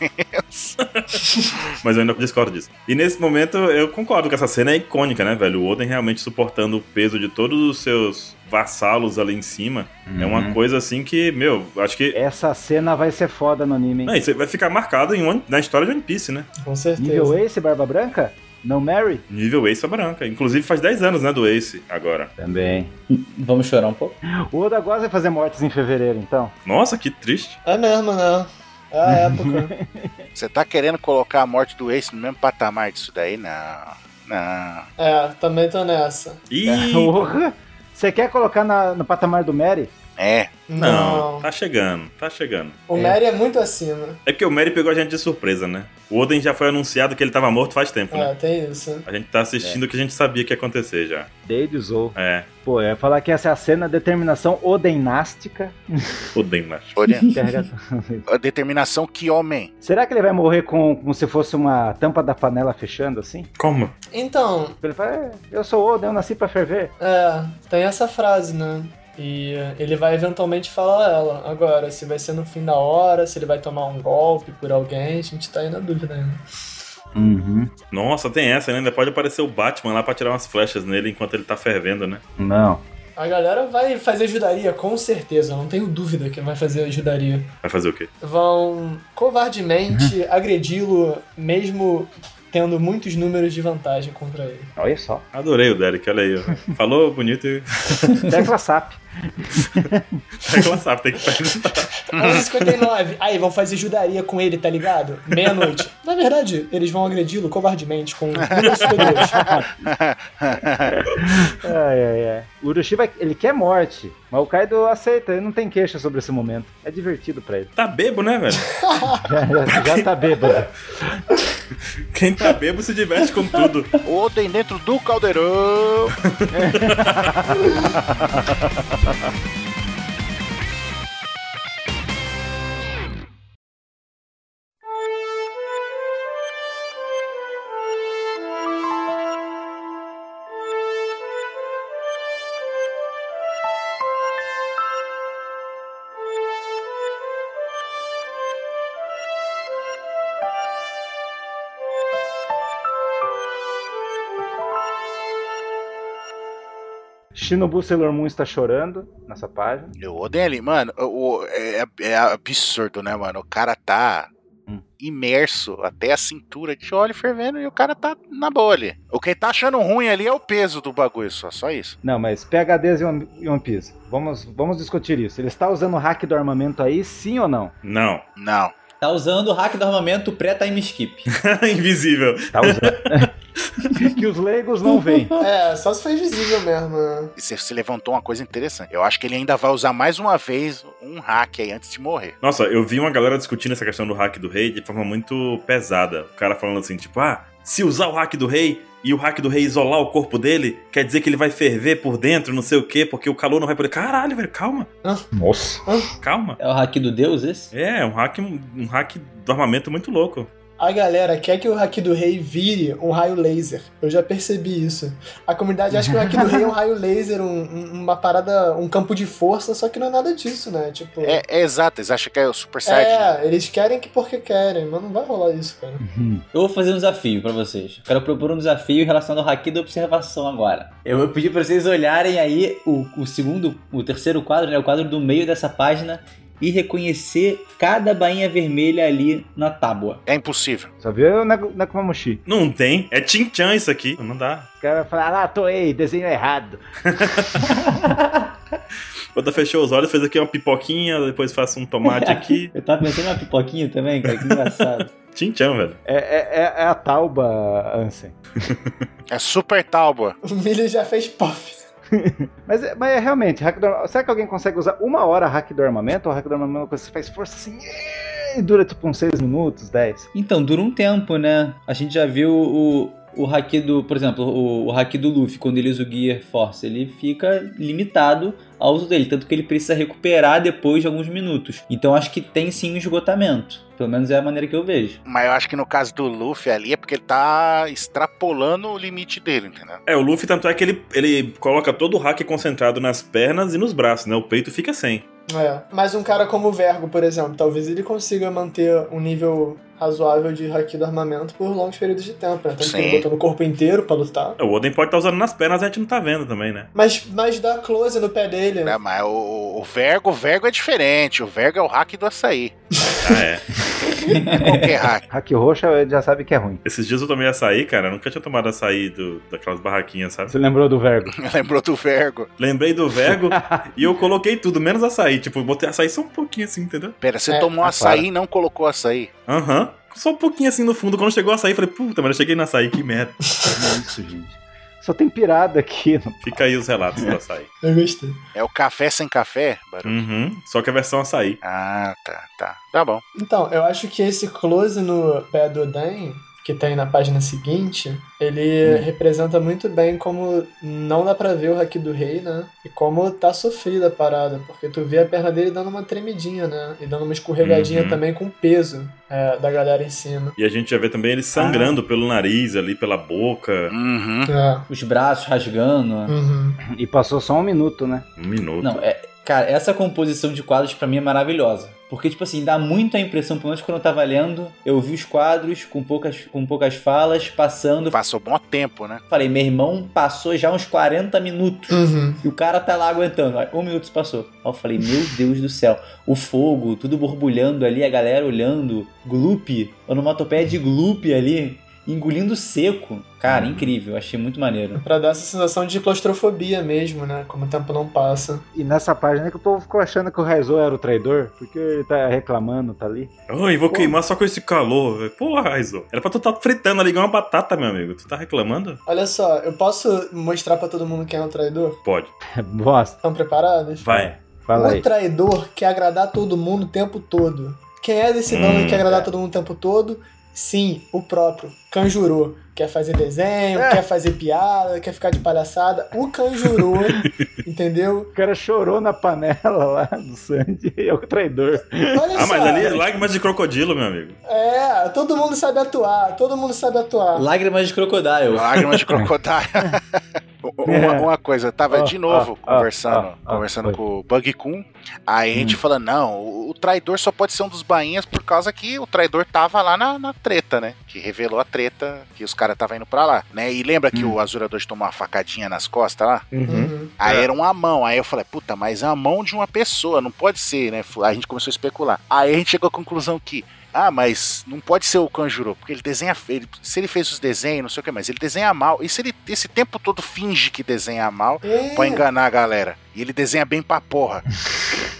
C: consenso.
B: Mas eu ainda discordo disso. E nesse momento eu concordo que essa cena é icônica, né, velho? O Oden realmente suportando o peso de todos os seus vassalos ali em cima. É uma coisa assim que, meu, acho que.
A: Essa cena vai ser foda no anime, hein?
B: Não, isso vai ficar marcado em One- na história de One Piece, né?
E: Com certeza.
A: Nível Ace, Barba Branca? Não Mary?
B: Nível Ace é branca. Inclusive faz 10 anos, né, do Ace agora.
A: Também.
D: Vamos chorar um pouco?
A: O Oda gosta de fazer mortes em fevereiro, então.
B: Nossa, que triste.
E: É mesmo, né? É a
A: Uhum.
E: época.
C: Você tá querendo colocar a morte do Ace no mesmo patamar disso daí? Não. Não.
E: é, também tô nessa.
B: Ih,
A: Porra! Você quer colocar na- no patamar do Mary?
C: É.
B: não,
E: Não.
B: tá chegando, tá chegando.
E: O Mary é muito acima.
B: É porque o Mary pegou a gente de surpresa, né? O Oden já foi anunciado que ele tava morto faz tempo, né?
E: É, tem isso.
B: A gente tá assistindo o que a gente sabia que ia acontecer já.
A: Desde o Zou.
B: É,
A: Pô, eu ia falar que essa é a cena determinação odenástica.
B: Oden, macho.
C: Olha,
A: Carrega-
C: a determinação que homem.
A: Será que ele vai morrer com, como se fosse uma tampa da panela fechando assim?
B: Como?
E: Então,
A: Ele fala, é, eu sou Oden, eu nasci pra ferver.
E: é, tem essa frase, né? E é, ele vai eventualmente falar ela. Agora, se vai ser no fim da hora, se ele vai tomar um golpe por alguém, a gente tá aí na dúvida ainda.
A: Uhum.
B: Nossa, tem essa, né? Ainda pode aparecer o Batman lá pra tirar umas flechas nele enquanto ele tá fervendo, né?
A: Não.
E: A galera vai fazer judaria, com certeza. eu Não tenho dúvida que vai fazer judaria.
B: Vai fazer o quê?
E: Vão covardemente agredi-lo, mesmo tendo muitos números de vantagem contra ele.
A: Olha só.
B: Adorei o Derek, olha aí. ó. Falou bonito e
A: Tecla SAP.
B: tecla sabe, tem que perguntar.
E: É 11h59. Aí, vão fazer judaria com ele, tá ligado? Meia-noite. Na verdade, eles vão agredi-lo covardemente com números superiores.
A: Ai, ai, ai. O Urushi vai, ele quer morte, mas o Kaido aceita, ele não tem queixa sobre esse momento. É divertido pra ele.
B: Tá bebo, né, velho?
A: Já, já- já tá bêbado.
B: Quem tá bebo se diverte com tudo.
C: Oden dentro do caldeirão.
A: Shinobu Sailor Moon está chorando nessa página.
C: E O Oden ali, mano, o- o- é, é absurdo, né, mano? O cara tá
A: Hum.
C: imerso até a cintura de óleo fervendo e o cara tá na boa ali. O que ele tá achando ruim ali é o peso do bagulho, só, só isso.
A: Não, mas PHDs e One- e One Piece. Vamos, vamos discutir isso. Ele está usando o hack do armamento aí, sim ou não?
B: Não.
C: Não.
D: Tá usando o hack do armamento pré-time skip.
B: Invisível.
A: Tá usando. que os leigos não veem.
E: É, só se foi invisível mesmo. né?
C: E Você, você levantou uma coisa interessante. Eu acho que ele ainda vai usar mais uma vez um hack aí antes de morrer.
B: Nossa, eu vi uma galera discutindo essa questão do hack do rei de forma muito pesada. O cara falando assim, tipo, ah, se usar o hack do rei e o hack do rei isolar o corpo dele, quer dizer que ele vai ferver por dentro, não sei o quê, porque o calor não vai poder. Caralho, velho, calma,
A: Nossa.
B: calma.
D: É o hack do deus esse?
B: É, um hack, um hack do armamento muito louco.
E: A galera quer que o Haki do Rei vire um raio laser. Eu já percebi isso. A comunidade acha que o Haki do Rei é um raio laser, um- um- uma parada, um campo de força, só que não é nada disso, né? Tipo.
C: É, é exato, eles acham que é o Super Saiyajin.
E: É, eles querem que porque querem, mas não vai rolar isso, cara.
A: Uhum.
D: Eu vou fazer um desafio pra vocês. Quero propor um desafio relacionado ao hack da observação agora. Eu vou pedir pra vocês olharem aí o, o segundo, o terceiro quadro, né? O quadro do meio dessa página e reconhecer cada bainha vermelha ali na tábua.
C: É impossível.
A: Só viu na, na Kumamushi.
B: Não tem. É Chin Chan isso aqui. Não dá.
A: Os caras falaram, ah, toei, desenho errado.
B: Quando fechou os olhos, fez aqui uma pipoquinha, depois faço um tomate aqui.
D: Eu tava pensando na pipoquinha também, cara. Que engraçado.
B: Chin Chan, velho.
A: É, é- é- é a Tauba, Ansem.
C: É Super Talbot.
E: O milho já fez pop.
A: Mas, é- mas é realmente, hack do arma- será que alguém consegue usar uma hora hack do armamento? Ou hack do armamento é uma coisa que você faz força assim e dura tipo uns 6 minutos, 10?
D: Então, dura um tempo, né? A gente já viu o, o hack do, por exemplo, o, o hack do Luffy, quando ele usa o Gear Force, ele fica limitado ao uso dele, tanto que ele precisa recuperar depois de alguns minutos. Então acho que tem sim um esgotamento. Pelo menos é a maneira que eu vejo.
C: Mas eu acho que no caso do Luffy ali é porque ele tá extrapolando o limite dele, entendeu?
B: É, o Luffy, tanto é que ele, ele coloca todo o hack concentrado nas pernas e nos braços, né? O peito fica sem.
E: É. Mas um cara como o Vergo, por exemplo, talvez ele consiga manter um nível razoável de hack do armamento por longos períodos de tempo, né? Tanto que
C: Sim.
E: ele botou no corpo inteiro pra lutar.
B: O Oden pode estar usando nas pernas, a gente não tá vendo também, né?
E: Mas, mas dá close no pé dele. né?
C: Não, né? mas o- o, o Vergo, o Vergo é diferente. O Vergo é o hack do açaí.
B: Ah, é.
C: É qualquer hack.
A: Hack roxo ele já sabe que é ruim.
B: Esses dias eu tomei açaí, cara. eu Nunca tinha tomado açaí do, daquelas barraquinhas, sabe?
A: Você lembrou do verbo?
C: né? Lembrou do Vergo.
B: Lembrei do Vego e eu coloquei tudo, menos açaí. Tipo, botei açaí só um pouquinho assim, entendeu?
C: Pera, você
E: É,
C: tomou
A: tá
C: açaí
A: claro.
C: e não colocou açaí.
B: Aham. Só um pouquinho assim no fundo. Quando chegou o açaí, eu falei, puta, mas eu cheguei no açaí, que merda.
A: Olha É isso, gente. Só tem pirada aqui.
B: Fica aí os relatos do açaí.
E: Eu gostei.
C: É o café sem café, Barulho?
B: Uhum. Só que a versão açaí.
C: Ah, tá, tá. Tá bom.
E: Então, eu acho que esse close no pé do Dan, que tem na página seguinte, ele representa muito bem como não dá pra ver o haki do rei, né? E como tá sofrida a parada, porque tu vê a perna dele dando uma tremidinha, né? E dando uma escorregadinha
B: Uhum.
E: também com o peso é, da galera em cima.
B: E a gente já vê também ele sangrando pelo nariz ali, pela boca.
C: Uhum.
E: É.
D: Os braços rasgando.
E: Uhum.
A: E passou só um minuto, né?
B: Um minuto.
D: Não, é. Cara, essa composição de quadros pra mim é maravilhosa. Porque, tipo assim, dá muito a impressão, pelo menos quando eu tava lendo, eu vi os quadros com poucas, com poucas falas, passando.
C: Passou bom tempo, né?
D: Falei, meu irmão passou já uns 40 minutos.
E: Uhum.
D: E o cara tá lá aguentando. Aí, um minuto se passou. Aí eu falei, meu Deus do céu. O fogo, tudo borbulhando ali, a galera olhando. Gloop, onomatopeia de gloop ali, engolindo seco. Cara, incrível. Achei muito maneiro.
E: Pra dar essa sensação de claustrofobia mesmo, né? Como o tempo não passa.
A: E nessa página que o povo ficou achando que o Raizou era o traidor, porque ele tá reclamando, tá ali.
B: Ai, vou
A: Pô.
B: queimar só com esse calor, velho. Porra, Raizo. Era pra tu tá fritando ali igual uma batata, meu amigo. Tu tá reclamando?
E: Olha só, eu posso mostrar pra todo mundo quem é o traidor?
B: Pode.
A: Bosta.
E: Estão preparados?
B: Vai.
A: Fala
E: O
A: aí.
E: traidor quer agradar todo mundo o tempo todo. Quem é desse
B: Hum,
E: nome que quer agradar
A: é.
E: todo mundo o tempo todo? Sim, o próprio. Kanjuro. Quer fazer desenho,
A: É.
E: quer fazer piada, quer ficar de palhaçada. O Kanjuro, entendeu?
A: O cara chorou na panela lá do Sandy e é o traidor.
E: Olha
B: Ah,
E: só.
B: mas ali é lágrimas de crocodilo, meu amigo.
E: É, todo mundo sabe atuar, todo mundo sabe atuar.
D: Lágrimas de crocodile.
C: Lágrimas de crocodilo. uma, uma coisa, eu tava
A: Ah,
C: de novo
A: ah,
C: conversando,
A: ah, ah,
C: conversando
A: foi.
C: com o Bug Kun. Aí a gente falando, não, o, o traidor só pode ser um dos bainhas por causa que o traidor tava lá na, na treta, né? Que revelou a treta, que os caras estavam indo pra lá, né? E lembra que o Azura 2 tomou uma facadinha nas costas lá?
E: Uhum.
B: É.
C: Aí era uma mão. Aí eu falei, puta, mas é a mão de uma pessoa, não pode ser, né? Aí a gente começou a especular. Aí a gente chegou à conclusão que, ah, mas não pode ser o Kanjuro, porque ele desenha. Ele, se ele fez os desenhos, não sei o que mais, ele desenha mal. E se ele esse tempo todo finge que desenha mal
E: É.
C: pra enganar a galera? E ele desenha bem pra porra.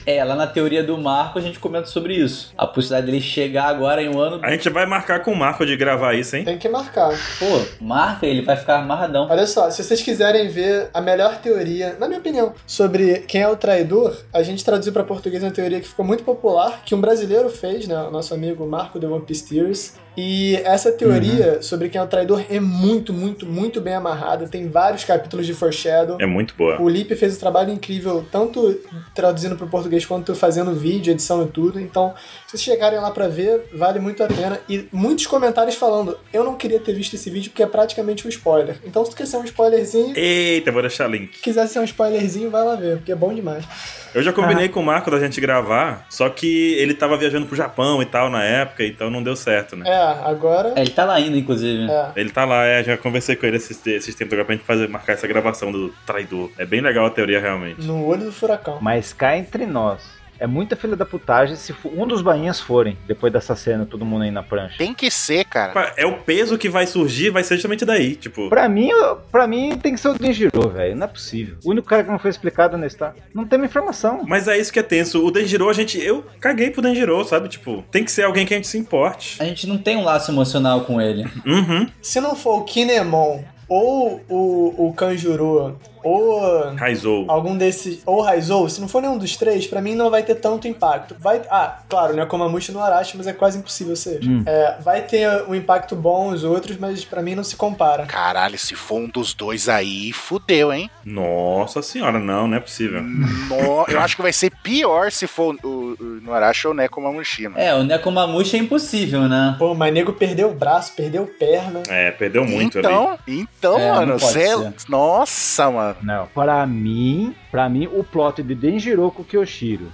D: É, lá na teoria do Marco a gente comenta sobre isso. A possibilidade dele chegar agora em um ano.
B: A gente vai marcar com o Marco de gravar isso, hein?
E: Tem que marcar.
D: Pô, marca, ele vai ficar amarradão.
E: Olha só, se vocês quiserem ver a melhor teoria, na minha opinião, sobre quem é o traidor, a gente traduziu pra português uma teoria que ficou muito popular, que um brasileiro fez, né? O nosso amigo Marco de One Piece Theories. E essa teoria sobre quem é o traidor é muito, muito, muito bem amarrada. Tem vários capítulos de foreshadow.
B: É muito boa.
E: O Lipe fez um trabalho incrível, tanto traduzindo para o português quanto fazendo vídeo, edição e tudo. Então, se vocês chegarem lá para ver, vale muito a pena. E muitos comentários falando: eu não queria ter visto esse vídeo porque é praticamente um spoiler. Então, se tu quer ser um spoilerzinho,
B: Eita, vou deixar link.
E: quiser ser um spoilerzinho, vai lá ver, porque é bom demais.
B: Eu já combinei com o Marco da gente gravar, só que ele tava viajando pro Japão e tal na época, então não deu certo, né?
E: É, agora.
D: É, ele tá lá ainda, inclusive.
E: É.
B: Ele tá lá, é, já conversei com ele esses, esses tempos agora pra gente fazer, marcar essa gravação do traidor. É bem legal a teoria, realmente.
E: No olho do furacão.
A: Mas cá entre nós. É muita filha da putagem se fo- um dos bainhas forem, depois dessa cena, todo mundo aí na prancha.
C: Tem que ser, cara.
B: Pá, É o peso que vai surgir, vai ser justamente daí, tipo.
A: Pra mim, eu- pra mim tem que ser o Denjiro, velho. Não é possível. O único cara que não foi explicado nesse tá. Não tem informação.
B: Mas é isso que é tenso. O Denjiro, a gente. Eu caguei pro Denjiro, sabe? Tipo, tem que ser alguém que a gente se importe.
D: A gente não tem um laço emocional com ele.
B: Uhum.
E: Se não for o Kinemon ou o, o Kanjuro, ou
B: Raizou.
E: algum desses, ou Raizou, se não for nenhum dos três, pra mim não vai ter tanto impacto. Vai, ah, claro, não é como a Mushi no Arashi, mas é quase impossível ser. É, vai ter um impacto bom os outros, mas pra mim não se compara.
C: Caralho, se for um dos dois aí, fudeu, hein?
B: Nossa senhora, não, não é possível.
C: No- eu acho que vai ser pior se for o, o Noarashi ou o Nekomamushi, mano.
D: É, o Nekomamushi é impossível, né?
E: Pô, mas nego perdeu o braço, perdeu perna.
B: É, perdeu muito ali.
C: então, então,
D: É,
C: mano,
D: não pode
C: cê-
D: ser.
C: nossa, mano.
A: Não, para mim, para mim, o plot de Denjiroku Kyoshiro,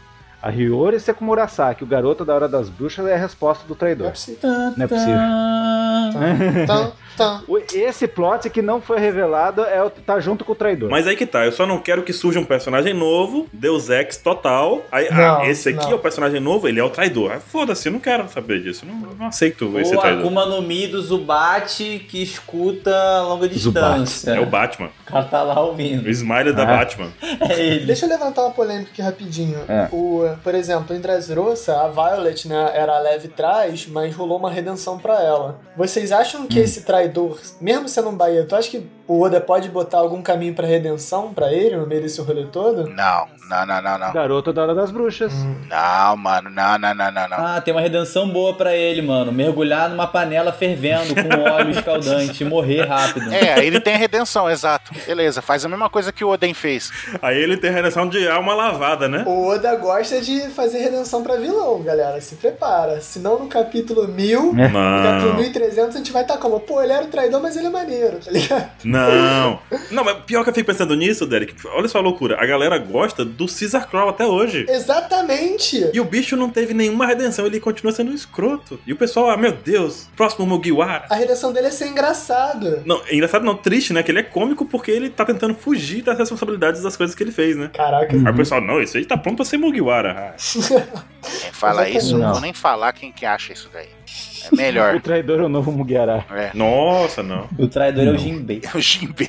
A: a Hiyori Sekumurasaki, o garoto da Hora das Bruxas, é a resposta do
E: Não é
A: traidor.
E: possível.
A: Não é possível.
E: Tá, tá.
A: O- Esse plot que não foi revelado é o tá junto com o traidor.
B: Mas aí que tá, eu só não quero que surja um personagem novo, Deus Ex total. Aí, ah,
E: Não,
B: esse aqui
E: não.
B: é o personagem novo, ele é o traidor. Ah, Foda-se, eu não quero saber disso. Não, não aceito esse
D: Ou a
B: traidor.
D: Akuma no Mi do Zubat que escuta a longa distância.
B: É o Batman.
D: O cara tá lá
B: O
D: ouvindo.
B: smile da
A: Ah.
B: Batman.
D: É ele.
E: Deixa eu levantar uma polêmica aqui rapidinho.
A: É.
E: O, por exemplo, em Dressrosa, a Violet né, era a leve trás, mas rolou uma redenção pra ela. Vocês acham que esse traidor, mesmo sendo um Bahia, tu acha que o Oda pode botar algum caminho pra redenção pra ele no meio desse rolê todo?
C: Não, não, não, não, não.
A: Garoto da Hora das Bruxas.
C: Não, mano, não, não, não, não, não.
D: Ah, tem uma redenção boa pra ele, mano. Mergulhar numa panela fervendo com um óleo escaldante e morrer rápido.
C: É, ele tem a redenção, exato. Beleza, faz a mesma coisa que o Oden fez.
B: Aí ele tem a reação de alma lavada, né?
E: O Oda gosta de fazer redenção pra vilão, galera. Se prepara. Senão no capítulo 1000,
B: Ah.
E: no capítulo
B: Não,
E: 1300, a gente vai estar como, pô, ele era o traidor, mas ele é maneiro, tá ligado?
B: não. Não, mas pior que eu fico pensando nisso, Derek. Olha só a loucura. A galera gosta do Caesar Crow até hoje.
E: Exatamente!
B: E o bicho não teve nenhuma redenção, ele continua sendo um escroto. E o pessoal, ah, meu Deus, próximo Mugiwara.
E: A redenção dele é ser engraçado.
B: Não, é engraçado não, triste, né? Que ele é cômico porque ele tá tentando fugir das responsabilidades das coisas que ele fez, né?
E: Caraca,
B: Aí o pessoal, não, esse aí tá pronto pra ser Mugiwara. Ah,
C: Quem fala
E: Exatamente.
C: isso, não
A: Não.
C: vou nem falar quem que acha isso daí. É melhor.
A: O traidor é o novo Mugiará.
C: É.
B: Nossa, não.
D: O traidor é o Jinbei.
C: O Jinbei.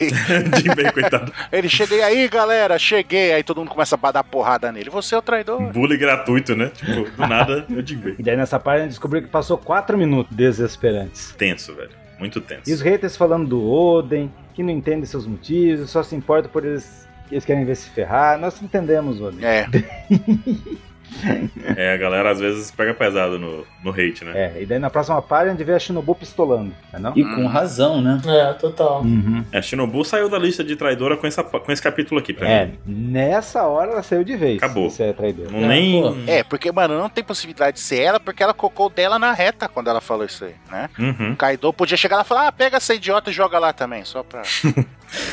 B: Jinbei, coitado.
C: Ele chega e aí, galera, cheguei. Aí todo mundo começa a dar porrada nele. Você é o traidor.
B: Bullying gratuito, né? Tipo, do nada, eu Jinbei.
A: E daí nessa página descobriu que passou 4 minutos desesperantes.
B: Tenso, velho. Muito tenso.
A: E os haters falando do Oden, que não entende seus motivos, só se importa por eles que eles querem ver se ferrar. Nós entendemos, Oden.
C: É,
B: É, a galera às vezes pega pesado no, no hate, né?
A: É, e daí na próxima página a gente vê a Shinobu pistolando, não é não?
D: E com razão, né?
E: É, total.
A: Uhum.
B: É, Shinobu saiu da lista de traidora com, essa, com esse capítulo aqui, pra
A: É,
B: mim.
A: nessa hora ela saiu de vez.
B: Acabou.
A: Isso é traidor.
B: Não nem.
D: pô.
C: é, porque, mano, não tem possibilidade de ser ela, porque ela cocou dela na reta quando ela falou isso aí, né?
B: Uhum.
C: O Kaido podia chegar lá e falar, ah, pega essa idiota e joga lá também, só pra...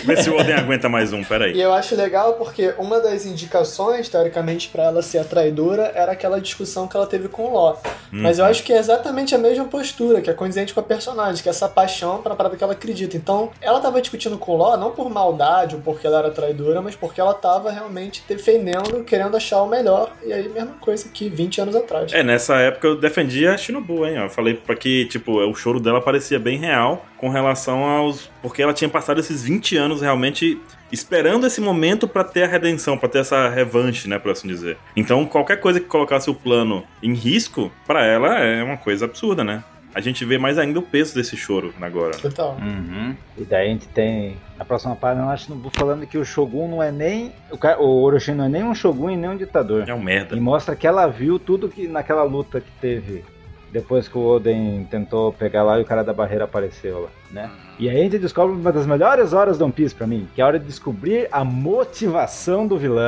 B: Vê se o Oden aguenta mais um,
E: E
B: peraí.
E: eu acho legal porque uma das indicações, teoricamente, pra ela ser a traidora era aquela discussão que ela teve com o Ló. Mas eu acho que é exatamente a mesma postura, que é condizente com a personagem, que é essa paixão pra parada que ela acredita. Então, ela tava discutindo com o Ló não por maldade ou porque ela era traidora, mas porque ela tava realmente defendendo, querendo achar o melhor. E aí, mesma coisa que 20 anos atrás.
B: É, nessa época eu defendia a Shinobu, hein? Eu falei pra que, tipo, o choro dela parecia bem real com relação aos. Porque ela tinha passado esses 20 anos realmente esperando esse momento pra ter a redenção, pra ter essa revanche, né, por assim dizer. Então qualquer coisa que colocasse o plano em risco, pra ela é uma coisa absurda, né? A gente vê mais ainda o peso desse choro agora. né?
E: Total.
A: Uhum. E daí a gente tem na próxima página eu acho que não vou falando que o Shogun não é nem o, ca- o Orochi não é nem um Shogun e nem um ditador.
B: É um merda.
A: E mostra que ela viu tudo que naquela luta que teve depois que o Oden tentou pegar lá e o cara da barreira apareceu lá, né? E aí a gente descobre uma das melhores horas do One Piece pra mim, que é a hora de descobrir a motivação do vilão.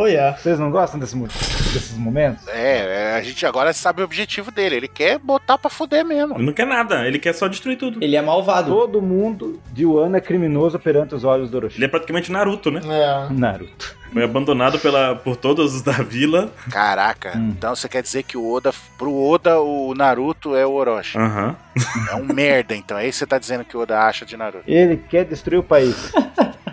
E: Oh, yeah.
A: Vocês não gostam desse mo- desses momentos?
C: É, é, a gente agora sabe o objetivo dele, ele quer botar pra fuder mesmo.
B: Ele não quer nada, ele quer só destruir tudo.
D: Ele é malvado.
A: Todo mundo de Wano é criminoso perante os olhos do
B: Ele
A: Orochi.
B: é praticamente Naruto, né?
E: É.
A: Naruto.
B: Foi abandonado pela, por todos os da vila.
C: Caraca,
A: Hum.
C: então você quer dizer que o Oda, pro Oda, o Naruto é o Orochi.
B: Aham.
C: É um merda, então, é isso que você tá dizendo que o Oda acha de Naruto.
A: Ele quer destruir o país.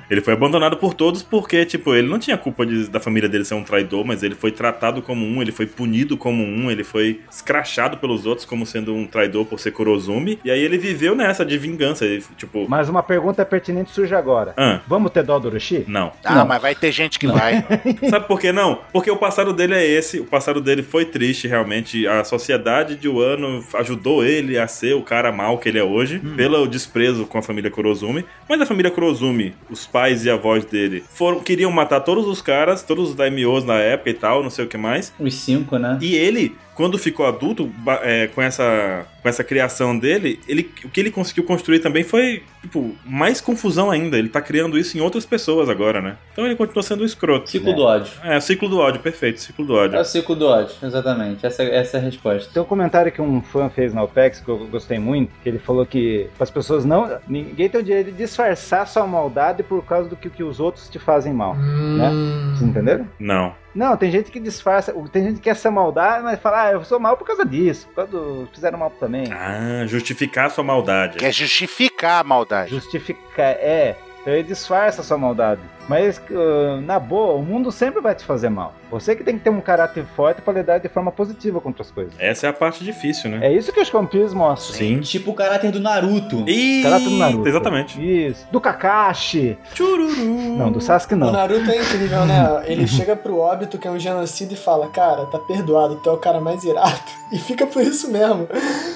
B: Ele foi abandonado por todos porque, tipo, ele não tinha culpa de- da família dele ser um traidor, mas ele foi tratado como um, ele foi punido como um, ele foi escrachado pelos outros como sendo um traidor por ser Kurozumi. E aí ele viveu nessa de vingança, ele, tipo...
A: Mas uma pergunta pertinente surge agora.
B: Ah,
A: Vamos ter dó do Orochi?
B: não.
C: Ah,
D: Não.
C: mas vai ter gente que vai.
B: Sabe por que não? Porque o passado dele é esse, o passado dele foi triste realmente. A sociedade de Wano ajudou ele a ser o cara mal que ele é hoje, pelo desprezo com a família Kurozumi. Mas a família Kurozumi, os pais e avós dele, foram queriam matar todos os caras, todos os daimyos na época e tal, não sei o que mais.
D: Os cinco, né?
B: E ele, quando ficou adulto, ba- é, com, essa, com essa criação dele, ele, o que ele conseguiu construir também foi, tipo, mais confusão ainda. Ele tá criando isso em outras pessoas agora, né? Então ele continua sendo um escroto.
D: Ciclo do ódio.
B: É, ciclo do ódio, perfeito, ciclo do
D: É o
B: ódio.
D: ciclo do ódio, exatamente. Essa, essa é a resposta.
B: Então-
A: Tem um comentário que um fã fez na OPEX que eu gostei muito, que ele falou que as pessoas não. Ninguém tem o direito de disfarçar sua maldade por causa do que, que os outros te fazem mal. Vocês
E: Hum,
A: entenderam?
B: Não.
A: Não, tem gente que disfarça, tem gente que quer ser maldade, mas fala, ah, eu sou mal por causa disso, por causa do. fizeram mal também.
B: Ah, justificar sua maldade.
C: Quer justificar a maldade.
A: Justificar, é. Então ele disfarça sua maldade. Mas, ah, na boa, o mundo sempre vai te fazer mal. Você que tem que ter um caráter forte pra lidar de forma positiva contra as coisas.
B: Essa é a parte difícil, né?
A: É isso que os campis mostram.
B: Sim.
D: Tipo o caráter do Naruto.
B: E...
A: Caráter do tá Naruto.
B: Exatamente.
A: Isso. Do Kakashi.
B: Chururu.
A: Não, do Sasuke
E: O
A: não.
E: Naruto é incrível, né? Ele chega pro óbito, que é um genocida, e fala: Cara, tá perdoado, tu é o cara mais irado. E fica por isso mesmo.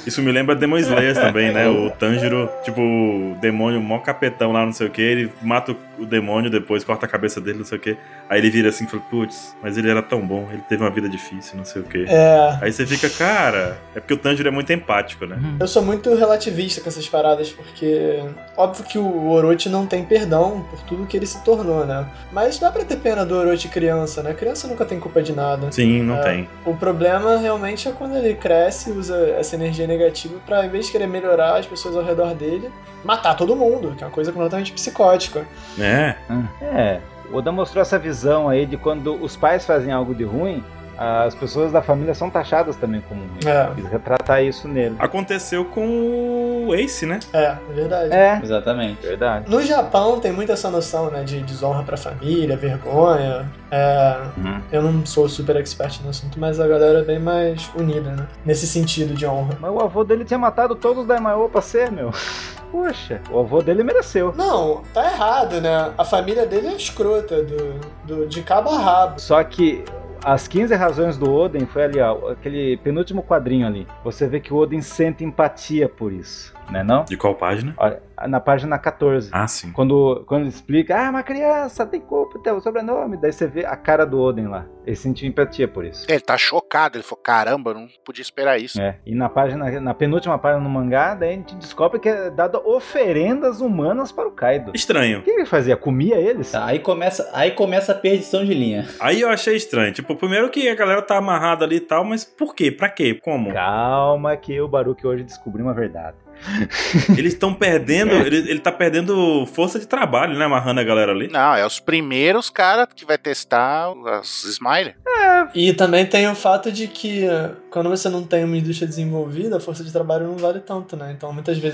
B: Isso me lembra Demon Slayer também, né? O Tanjiro, tipo, o demônio, mó capetão lá, não sei o que, ele mata o demônio depois, corta a cabeça dele, não sei o que. Aí ele vira assim e fala, putz, mas ele era tão bom, ele teve uma vida difícil, não sei o que.
E: É.
B: Aí você fica, cara, é porque o Tanjiro é muito empático, né?
E: Eu sou muito relativista com essas paradas, porque óbvio que o Orochi não tem perdão por tudo que ele se tornou, né? Mas dá pra ter pena do Orochi criança, né? Criança nunca tem culpa de nada.
B: Sim, não
E: É.
B: tem.
E: O problema realmente é quando ele cresce, usa essa energia negativa pra, em vez de querer melhorar as pessoas ao redor dele, matar todo mundo, que é uma coisa completamente psicótica.
B: É.
A: É. O Oda mostrou essa visão aí de quando os pais fazem algo de ruim, as pessoas da família são taxadas também como ruim.
E: É,
A: Quis retratar isso nele.
B: né?
E: é,
A: É,
E: né, É, né, tá né.
A: né, "Ah, é
C: tá
E: é
D: É.
A: É. é
D: Tá.
B: Tipo, tá tá né,
C: é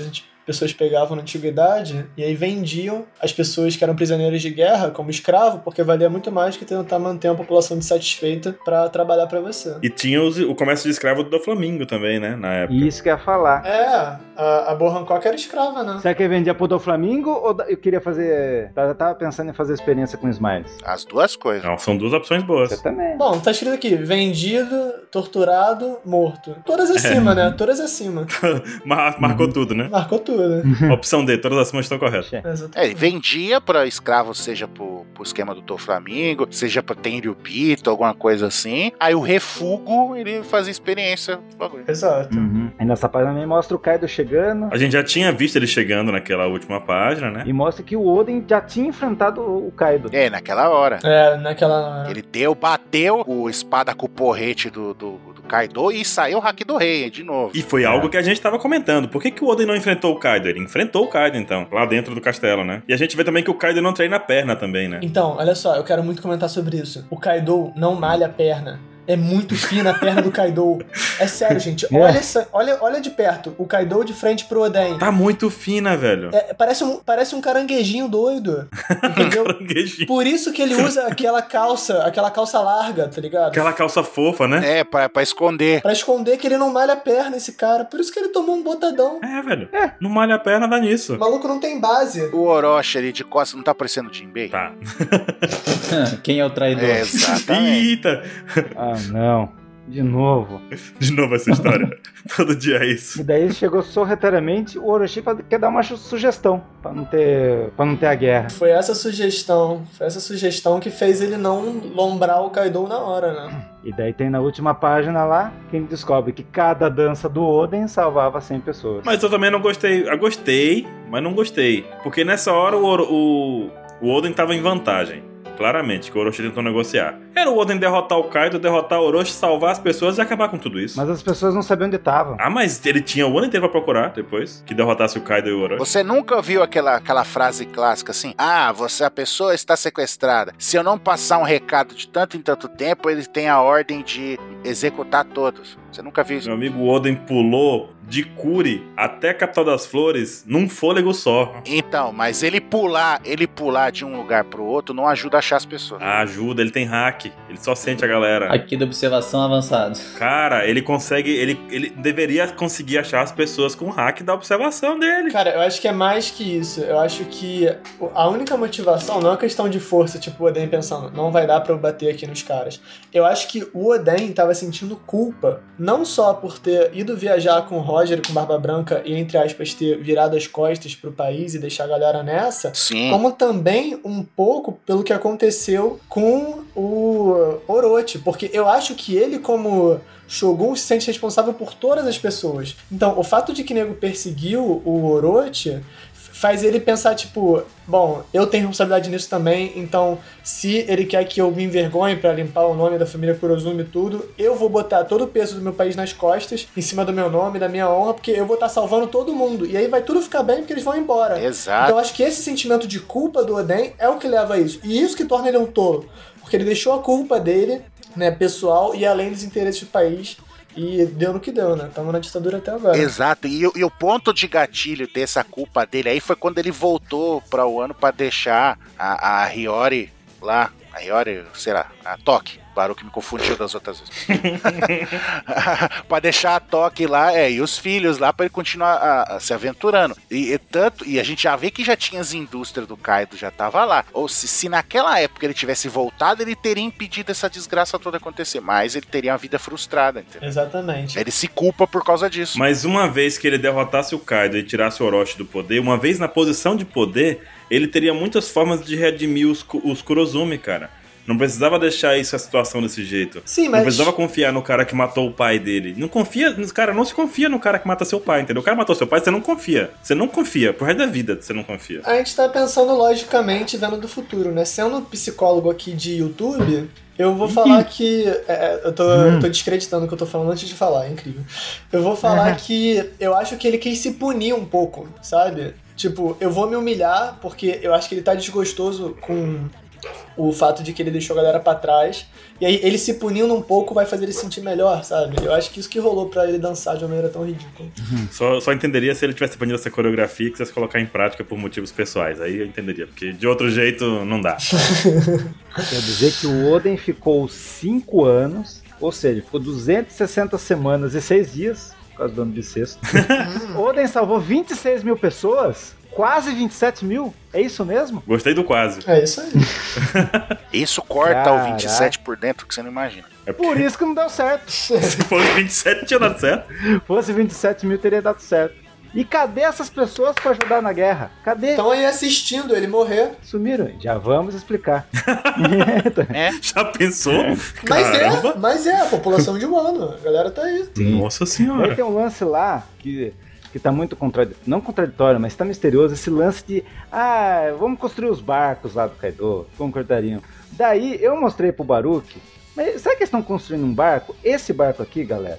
A: tá, tá- Uhum.
B: né, né? Hum. né? então, né?
C: É, assim. É.
E: né? Então, É, né? tá né? É, Então, É
D: É.
E: muito fina a perna do Kaido. É sério, gente. Olha, essa- olha, olha de perto. O Kaido de frente pro Oden.
B: Tá muito fina, velho.
E: É, parece, um, parece um caranguejinho doido. Entendeu?
B: Caranguejinho.
E: Por isso que ele usa aquela calça, aquela calça larga, tá ligado?
B: Aquela calça fofa, né?
C: É, pra, pra esconder.
E: Pra esconder que ele não malha a perna, esse cara. Por isso que ele tomou um botadão.
B: É, velho. Não malha a perna, dá nisso.
E: O maluco não tem base.
C: O Orochi ali de costas não tá parecendo o Jinbei?
B: Tá.
D: Quem é o traidor?
C: É, exatamente.
B: Eita!
A: Ah, não. De novo.
B: De novo essa história. Todo dia é isso.
A: E daí chegou sorretariamente, o Orochi fala- quer dar uma su- sugestão pra não ter, pra não ter a guerra.
E: Foi essa sugestão, foi essa sugestão que fez ele não lombrar o Kaido na hora, né?
A: E daí tem na última página lá, quem descobre que cada dança do Oden salvava 100 pessoas.
B: Mas eu também não gostei. Eu gostei, mas não gostei. Porque nessa hora o, Oro- o, o Oden tava em vantagem. Claramente, que o Orochi tentou negociar. Era o Oden derrotar o Kaido, derrotar o Orochi, salvar as pessoas e acabar com tudo isso.
A: Mas as pessoas não sabiam onde estavam.
B: Ah, mas ele tinha o ano inteiro pra procurar depois que derrotasse o Kaido e o Orochi.
C: Você nunca ouviu aquela, aquela frase clássica assim? Ah, você a pessoa está sequestrada. Se eu não passar um recado de tanto em tanto tempo, ele tem a ordem de executar todos. Você nunca viu isso?
B: Meu amigo Oden pulou de Cure até a capital das flores num fôlego só.
C: Então, mas ele pular, ele pular de um lugar pro outro não ajuda a achar as pessoas.
B: Ah, ajuda, ele tem hack. Ele só sente a galera.
D: Aqui da observação avançada.
B: Cara, ele consegue. Ele, ele deveria conseguir achar as pessoas com o hack da observação dele.
E: Cara, eu acho que é mais que isso. Eu acho que a única motivação não é uma questão de força, tipo o Oden pensando, não vai dar pra eu bater aqui nos caras. Eu acho que o Oden tava sentindo culpa, não só por ter ido viajar com o Roger e com Barba Branca e, entre aspas, ter virado as costas pro país e deixar a galera nessa,
C: Sim.
E: como também um pouco pelo que aconteceu com o uh, Orochi, porque eu acho que ele, como Shogun, se sente responsável por todas as pessoas. Então, o fato de que Nego perseguiu o Orochi f- faz ele pensar, tipo, bom, eu tenho responsabilidade nisso também, então se ele quer que eu me envergonhe pra limpar o nome da família Kurozumi e tudo, eu vou botar todo o peso do meu país nas costas, em cima do meu nome, da minha honra, porque eu vou estar salvando todo mundo. E aí vai tudo ficar bem porque eles vão embora.
C: Exato.
E: Então acho que esse sentimento de culpa do Oden é o que leva a isso. E isso que torna ele um tolo. Porque ele deixou a culpa dele, né, pessoal, e além dos interesses do país. E deu no que deu, né? Tamo na ditadura até agora.
C: Exato, e, o- e o ponto de gatilho dessa culpa dele aí foi quando ele voltou para o ano para deixar a, a Hiyori lá, a Hiyori, sei lá, a Toque, barulho que me confundiu das outras vezes. para deixar a Toque lá, é, e os filhos lá para ele continuar a- a se aventurando. E, e tanto, e a gente já vê que já tinha as indústrias do Kaido já tava lá. Ou se, se naquela época ele tivesse voltado, ele teria impedido essa desgraça toda acontecer, mas ele teria uma vida frustrada, entendeu?
E: Exatamente.
C: Ele se culpa por causa disso.
B: Mas uma vez que ele derrotasse o Kaido e tirasse o Orochi do poder, uma vez na posição de poder, ele teria muitas formas de redimir os, Ku- os Kurozumi, cara. Não precisava deixar isso a situação desse jeito.
E: Sim,
B: Não
E: mas.
B: precisava confiar no cara que matou o pai dele. Não confia, cara, não se confia no cara que mata seu pai, entendeu? O cara matou seu pai, você não confia. Você não confia. Por resto da vida, você não confia.
E: A gente tá pensando logicamente, vendo do futuro, né? Sendo psicólogo aqui de YouTube, eu vou falar que. é, é, eu, tô, eu tô descreditando o que eu tô falando antes de falar, é incrível. Eu vou falar que eu acho que ele quis se punir um pouco, sabe? Tipo, eu vou me humilhar porque eu acho que ele tá desgostoso com o fato de que ele deixou a galera pra trás. E aí ele se punindo um pouco vai fazer ele se sentir melhor, sabe? Eu acho que isso que rolou pra ele dançar de uma maneira tão ridícula.
B: Só, só entenderia se ele tivesse aprendido essa coreografia e quisesse colocar em prática por motivos pessoais. Aí eu entenderia, porque de outro jeito não dá.
A: Quer dizer que o Oden ficou 5 anos, ou seja, ficou 260 semanas e 6 dias, por causa do ano bissexto. Oden salvou 26 mil pessoas, quase 27 mil, é isso mesmo?
B: Gostei do quase.
E: É isso aí.
C: Isso corta o
A: Caraca.
C: 27 por dentro que você não imagina.
B: É porque
A: Por isso que não deu certo.
B: se fosse 27 tinha dado certo.
A: Se fosse 27 mil, teria dado certo. E cadê essas pessoas pra ajudar na guerra? Cadê?
E: Então aí assistindo ele morrer.
A: Sumiram? Já vamos explicar. Então,
B: Já pensou?
E: Mas é,
B: Caramba.
E: mas é, a população de humano. A galera tá aí.
B: Nossa
A: Aí
B: senhora.
A: tem um lance lá que, que tá muito contraditório. Não contraditório, mas tá misterioso. Esse lance de. Ah, vamos construir os barcos lá do Kaido. Concordariam. Daí eu mostrei pro Baruque. Mas será que eles estão construindo um barco? Esse barco aqui, galera.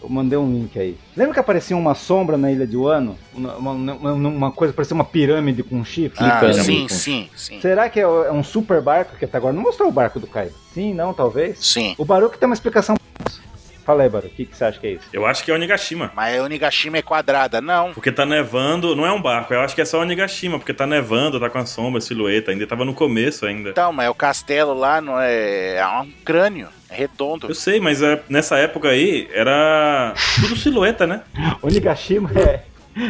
A: Eu mandei um link aí. Lembra que aparecia uma sombra na ilha de Wano? Uma, uma- uma coisa, parecia uma pirâmide com um chifre?
C: Ah,
D: Clicando.
C: sim, sim, sim.
A: Será que é o- é um super barco que até agora não mostrou o barco do Kaido? Sim, não, talvez.
C: Sim.
A: O Baruque tem uma explicação pra isso. Fala aí, Baruque, o que, que você acha que é isso?
B: Eu acho que é Onigashima.
C: Mas a Onigashima é quadrada. Não.
B: Porque tá nevando, não é um barco, eu acho que é só Onigashima, porque tá nevando, tá com a sombra, silhueta, ainda tava no começo ainda.
C: Então, mas o castelo lá não é. É um crânio. É redondo.
B: Eu sei, mas é- nessa época aí era tudo silhueta, né?
A: Onigashima é.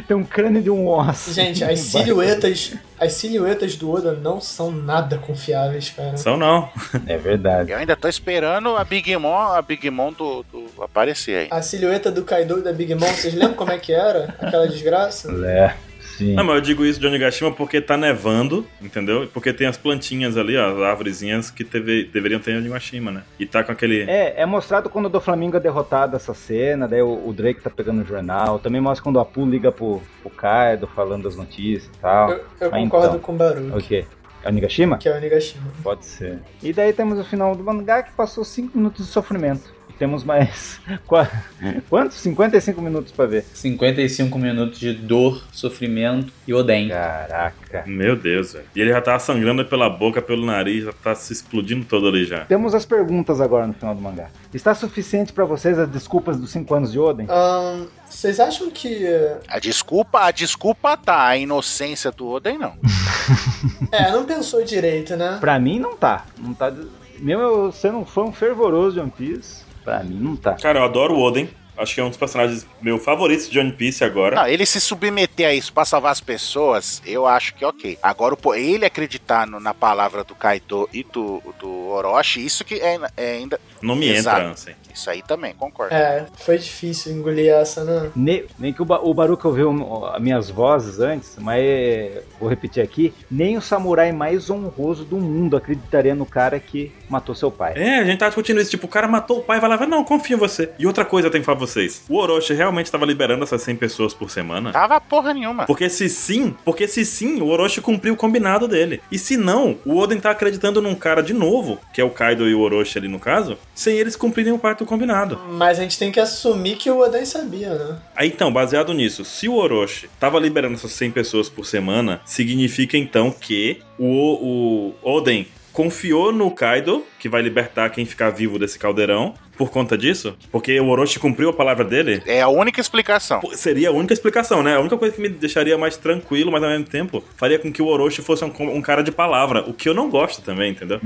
A: Tem um crânio de um osso.
E: Gente,
A: Um
E: as
A: barco.
E: silhuetas, as silhuetas do Oda não são nada confiáveis, cara.
B: São não.
A: É verdade.
C: Eu ainda tô esperando a Big Mom, a Big Mom do, do aparecer aí.
E: A silhueta do Kaido e da Big Mom, vocês lembram como é que era? Aquela desgraça?
A: É, sim.
B: Não, mas eu digo isso de Onigashima porque tá nevando, entendeu? Porque tem as plantinhas ali, ó, as árvorezinhas que teve- deveriam ter em Onigashima, né? E tá com aquele.
A: É, é mostrado quando o do Flamengo é derrotado essa cena, daí o, o Drake tá pegando o jornal. Também mostra quando o Apu liga pro, pro Kaido falando as notícias e tal.
E: Eu, eu
A: Ah,
E: concordo
A: então.
E: com o Baruch,
A: O quê? É o Nigashima?
E: que é o Onigashima.
A: Pode ser. E daí temos o final do mangá que passou 5 minutos de sofrimento. E temos mais. qua- Quantos? 55 minutos pra ver.
D: 55 minutos de dor, sofrimento e Oden.
A: Caraca.
B: Meu Deus, velho. E ele já tá sangrando pela boca, pelo nariz, já tá se explodindo todo ali já.
A: Temos as perguntas agora no final do mangá. Está suficiente pra vocês as desculpas dos 5 anos de Oden?
E: Ahn, vocês acham que.
C: A desculpa, a desculpa tá. A inocência do Oden não.
E: É, não pensou direito, né?
A: Pra mim não tá. Não tá. de- Mesmo eu sendo um fã fervoroso de One Piece, pra mim não tá.
B: Cara, eu adoro o Oden. Acho que é um dos personagens meu favoritos de One Piece agora.
C: Não, ele se submeter a isso pra salvar as pessoas, eu acho que é ok. Agora, pô, ele acreditar no- na palavra do Kaido e do, do Orochi, isso que é, é ainda.
B: Não me
C: Exato.
B: entra, assim.
C: Isso aí também, concordo.
E: É, foi difícil engolir essa, né?
A: Ne- nem que o, ba o Baruca ouviu um- as minhas vozes antes, mas é, vou repetir aqui. Nem o samurai mais honroso do mundo acreditaria no cara que matou seu pai.
B: É, a gente tava discutindo isso, tipo, o cara matou o pai, vai lá, vai, não, confia em você. E outra coisa eu tenho que falar pra vocês. O Orochi realmente tava liberando essas 100 pessoas por semana?
C: Tava porra nenhuma.
B: Porque se sim, porque se sim, o Orochi cumpriu o combinado dele. E se não, o Oden tá acreditando num cara de novo, que é o Kaido e o Orochi ali no caso, sem eles cumprirem o pacto combinado.
E: Mas a gente tem que assumir que o Oden sabia, né?
B: Aí então, baseado nisso, se o Orochi tava liberando essas 100 pessoas por semana, significa então que o, o Oden confiou no Kaido, que vai libertar quem ficar vivo desse caldeirão, por conta disso? Porque o Orochi cumpriu a palavra dele?
C: É a única explicação.
B: Pô, Seria a única explicação, né? A única coisa que me deixaria mais tranquilo, mas ao mesmo tempo faria com que o Orochi fosse um, um cara de palavra, o que eu não gosto também, entendeu?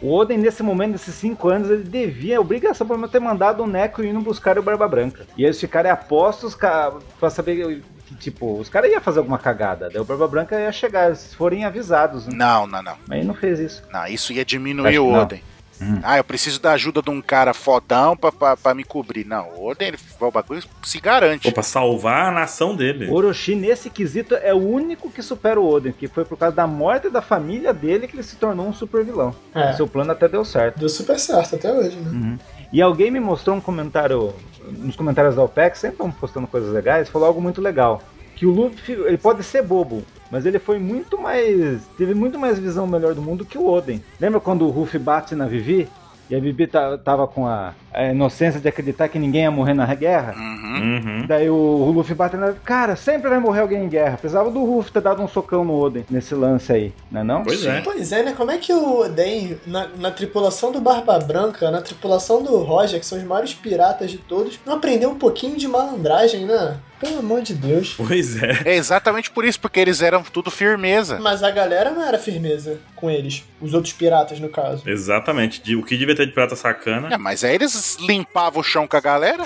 A: O Oden, nesse momento, nesses 5 anos, ele devia, é obrigação pelo menos, ter mandado o Neco ir não buscar o Barba Branca. E eles ficarem apostos ca- pra saber que, tipo, os caras iam fazer alguma cagada. Daí o Barba Branca ia chegar, eles forem avisados, né?
C: Não, não, não.
A: Mas ele não fez isso.
C: Não, isso ia
A: Acho
C: diminuir
A: que
C: o
A: não.
C: Oden.
A: Hum.
C: Ah, eu preciso da ajuda de um cara fodão pra, pra, pra me cobrir. Não, o Oden, ele, o bagulho se garante.
B: Ou pra salvar a nação dele.
A: O Orochi, nesse quesito, é o único que supera o Oden, que foi por causa da morte da família dele que ele se tornou um super vilão.
E: É.
A: Seu plano até deu certo.
E: Deu super certo até hoje, né?
A: E alguém me mostrou um comentário, nos comentários da OPEC, sempre estão postando coisas legais, falou algo muito legal. Que o Luffy, ele pode ser bobo, mas ele foi muito mais, teve muito mais visão melhor do mundo que o Oden. Lembra quando o Luffy bate na Vivi? E a Vivi ta- tava com a, a inocência de acreditar que ninguém ia morrer na guerra?
C: Uhum.
B: Uhum.
A: Daí o, o Luffy bate na... Cara, sempre vai morrer alguém em guerra. Precisava do Luffy ter dado um socão no Oden nesse lance aí, não é não?
B: Pois é.
E: Pois é, né? Como é que o Oden, na, na tripulação do Barba Branca, na tripulação do Roger, que são os maiores piratas de todos, não aprendeu um pouquinho de malandragem, né? Pelo amor de Deus.
B: Pois é.
C: É exatamente por isso, porque eles eram tudo firmeza.
E: Mas a galera não era firmeza com eles. Os outros piratas, no caso.
B: Exatamente. De- O que devia ter de prata sacana.
A: Hum.
C: É, mas aí eles limpavam o chão com a galera.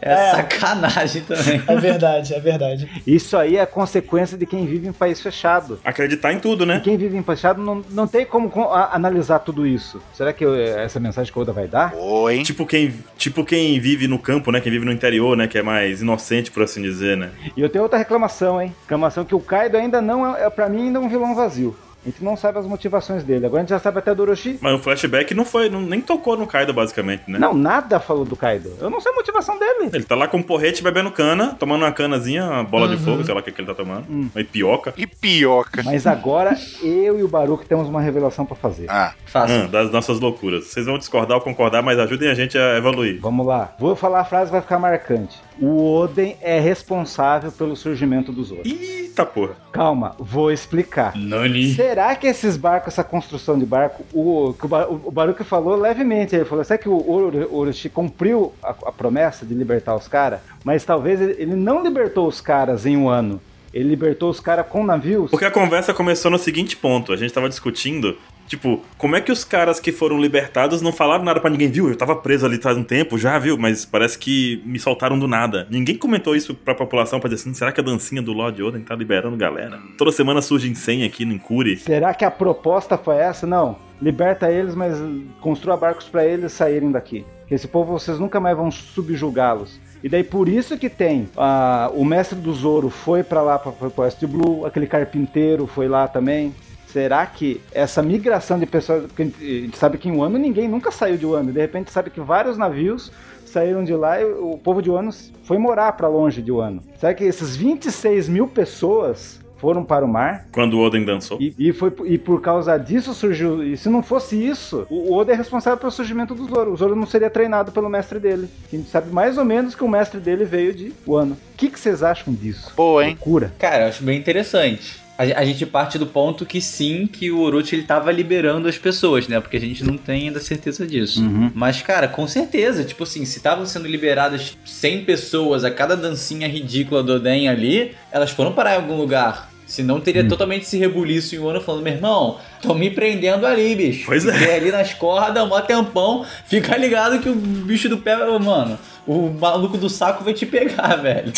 E: É,
D: É,
E: É.
D: sacanagem também.
E: é verdade, é verdade.
A: Isso aí é consequência de quem vive em país fechado.
B: acreditar em tudo,
A: E
B: né?
A: quem vive em Pachado não, não tem como co- a- analisar tudo isso. Será que eu- essa mensagem que o Oda vai dar?
C: Oi.
B: Tipo quem, tipo quem vive no campo, né? Quem vive no interior, né? Que é mais inocente, por assim dizer, né?
A: E eu tenho outra reclamação, hein? Reclamação que o Kaido ainda não é, é pra mim, ainda é um vilão vazio. A gente não sabe as motivações dele. Agora a gente já sabe até do Orochi.
B: Mas o flashback não foi, não, nem tocou no Kaido, basicamente, né?
A: Não, nada falou do Kaido. Eu não sei a motivação dele.
B: Ele tá lá com um porrete bebendo cana, tomando uma canazinha, uma bola de fogo, sei lá o que, que ele tá tomando. Uma ipioca.
C: E pioca.
A: Mas agora eu e o Baruque temos uma revelação pra fazer.
C: Ah,
D: Fácil.
B: Ah, das nossas loucuras. Vocês vão discordar ou concordar, mas ajudem a gente a evoluir.
A: Vamos lá. Vou falar a frase vai ficar marcante. O Oden é responsável pelo surgimento dos Zoro.
B: Eita porra.
A: Calma, vou explicar.
D: Nani.
A: Será que esses barcos, essa construção de barco, o, que o, Ba- o Baruque falou levemente, ele falou, será que o Oro- Orochi cumpriu a, a promessa de libertar os caras? Mas talvez ele, ele não libertou os caras em um ano. Ele libertou os caras com navios.
B: Porque a conversa começou no seguinte ponto. A gente tava discutindo, tipo, como é que os caras que foram libertados não falaram nada pra ninguém, viu? Eu tava preso ali faz um tempo, já, viu? Mas parece que me soltaram do nada. Ninguém comentou isso pra população pra dizer assim, será que a dancinha do Lord Oden tá liberando galera? Toda semana surgem 100 aqui no Incure.
A: Será que a proposta foi essa? Não. Liberta eles, mas construa barcos pra eles saírem daqui. Que esse povo vocês nunca mais vão subjugá-los. E daí por isso que tem ah, o mestre do Zoro foi pra lá para West Blue, aquele carpinteiro foi lá também. Será que essa migração de pessoas, porque a gente- a gente sabe que em Wano ninguém nunca saiu de Wano, de repente sabe que vários navios saíram de lá e o povo de Wano foi morar pra longe de Wano. Será que esses 26 mil pessoas foram para o mar?
B: Quando o Oden dançou.
A: E, e foi, e por causa disso surgiu. E se não fosse isso, o Oda é responsável pelo surgimento do Zoro. O Zoro não seria treinado pelo mestre dele. A gente sabe mais ou menos que o mestre dele veio de Wano. O que que vocês acham disso?
C: boa, hein?
A: Loucura.
D: Cara, eu acho bem interessante. A, ge- a gente parte do ponto que sim, que o Orochi ele tava liberando as pessoas, né? Porque a gente não tem ainda certeza disso. Mas, cara, com certeza, tipo assim, se estavam sendo liberadas 100 pessoas a cada dancinha ridícula do Oden ali, elas foram parar em algum lugar. Senão teria
A: Hum.
D: totalmente esse rebuliço em um ano falando, meu irmão, tô me prendendo ali, bicho.
B: Pois é.
D: Fiquei ali nas cordas, mó tempão, fica ligado que o bicho do pé, mano, o maluco do saco vai te pegar, velho.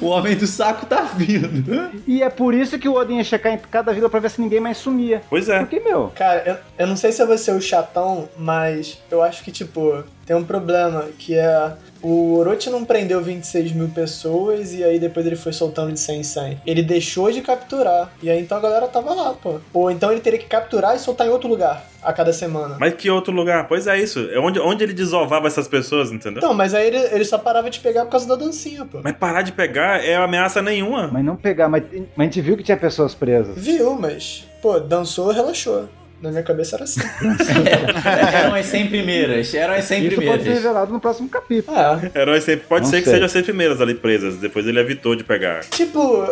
D: o homem do saco tá vindo.
A: E é por isso que o Oda ia checar em cada vila pra ver se ninguém mais sumia.
B: Pois é.
A: Porque, meu,
E: Cara, eu, eu não sei se eu vou ser o chatão, mas eu acho que, tipo, tem um problema, que é... O Orochi não prendeu 26 mil pessoas e aí depois ele foi soltando de 100 em 100. Ele deixou de capturar. E aí então a galera tava lá, pô. Ou então ele teria que capturar e soltar em outro lugar a cada semana.
B: Mas que outro lugar? Pois é isso. É onde, onde ele desovava essas pessoas, entendeu?
E: Então, mas aí ele, ele só parava de pegar por causa da dancinha, pô.
B: Mas parar de pegar é ameaça nenhuma.
A: mas não pegar, mas, mas a gente viu que tinha pessoas presas.
E: Viu, mas... Pô, dançou, relaxou. Na minha cabeça era assim.
D: Eram as 100 primeiras. Eram as 100
A: Isso pode ser
D: primeiras.
A: revelado no próximo capítulo.
E: ah,
B: Heróis sempre. Pode
A: Não
B: ser que
A: sei.
B: sejam as 100 primeiras ali presas. Depois ele evitou de pegar.
E: Tipo,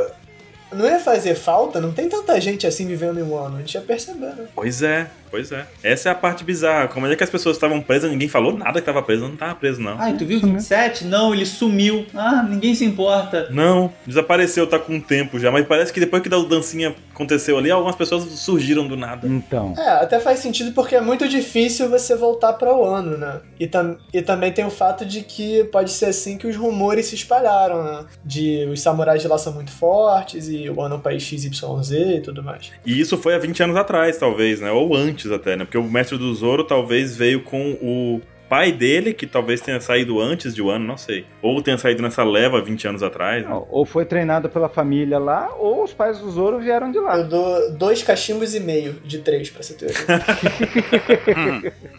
E: não ia fazer falta? Não tem tanta gente assim vivendo em um ano. A gente ia perceber, né?
B: Pois é, pois é. Essa é a parte bizarra. Como é que as pessoas estavam presas, ninguém falou nada que tava preso, não tava preso, não.
D: Ai, tu viu 27? Não, ele sumiu. Ah, ninguém se importa.
B: Não, desapareceu, tá com um tempo já, mas parece que depois que da dancinha aconteceu ali, algumas pessoas surgiram do nada.
A: Então.
E: É, até faz sentido porque é muito difícil você voltar para o ano, né? E, tam e também tem o fato de que pode ser assim que os rumores se espalharam, né? De os samurais de lá são muito fortes e o ano é um país XYZ e tudo mais.
B: E isso foi há 20 anos atrás, talvez, né? Ou antes até, né? Porque o Mestre do Zoro talvez veio com o pai dele, que talvez tenha saído antes de um ano, não sei. Ou tenha saído nessa leva 20 anos atrás. né?
A: Não, Ou foi treinado pela família lá, ou os pais do Zoro vieram de lá.
E: Ah, Eu dou dois cachimbos e meio de três pra você ter.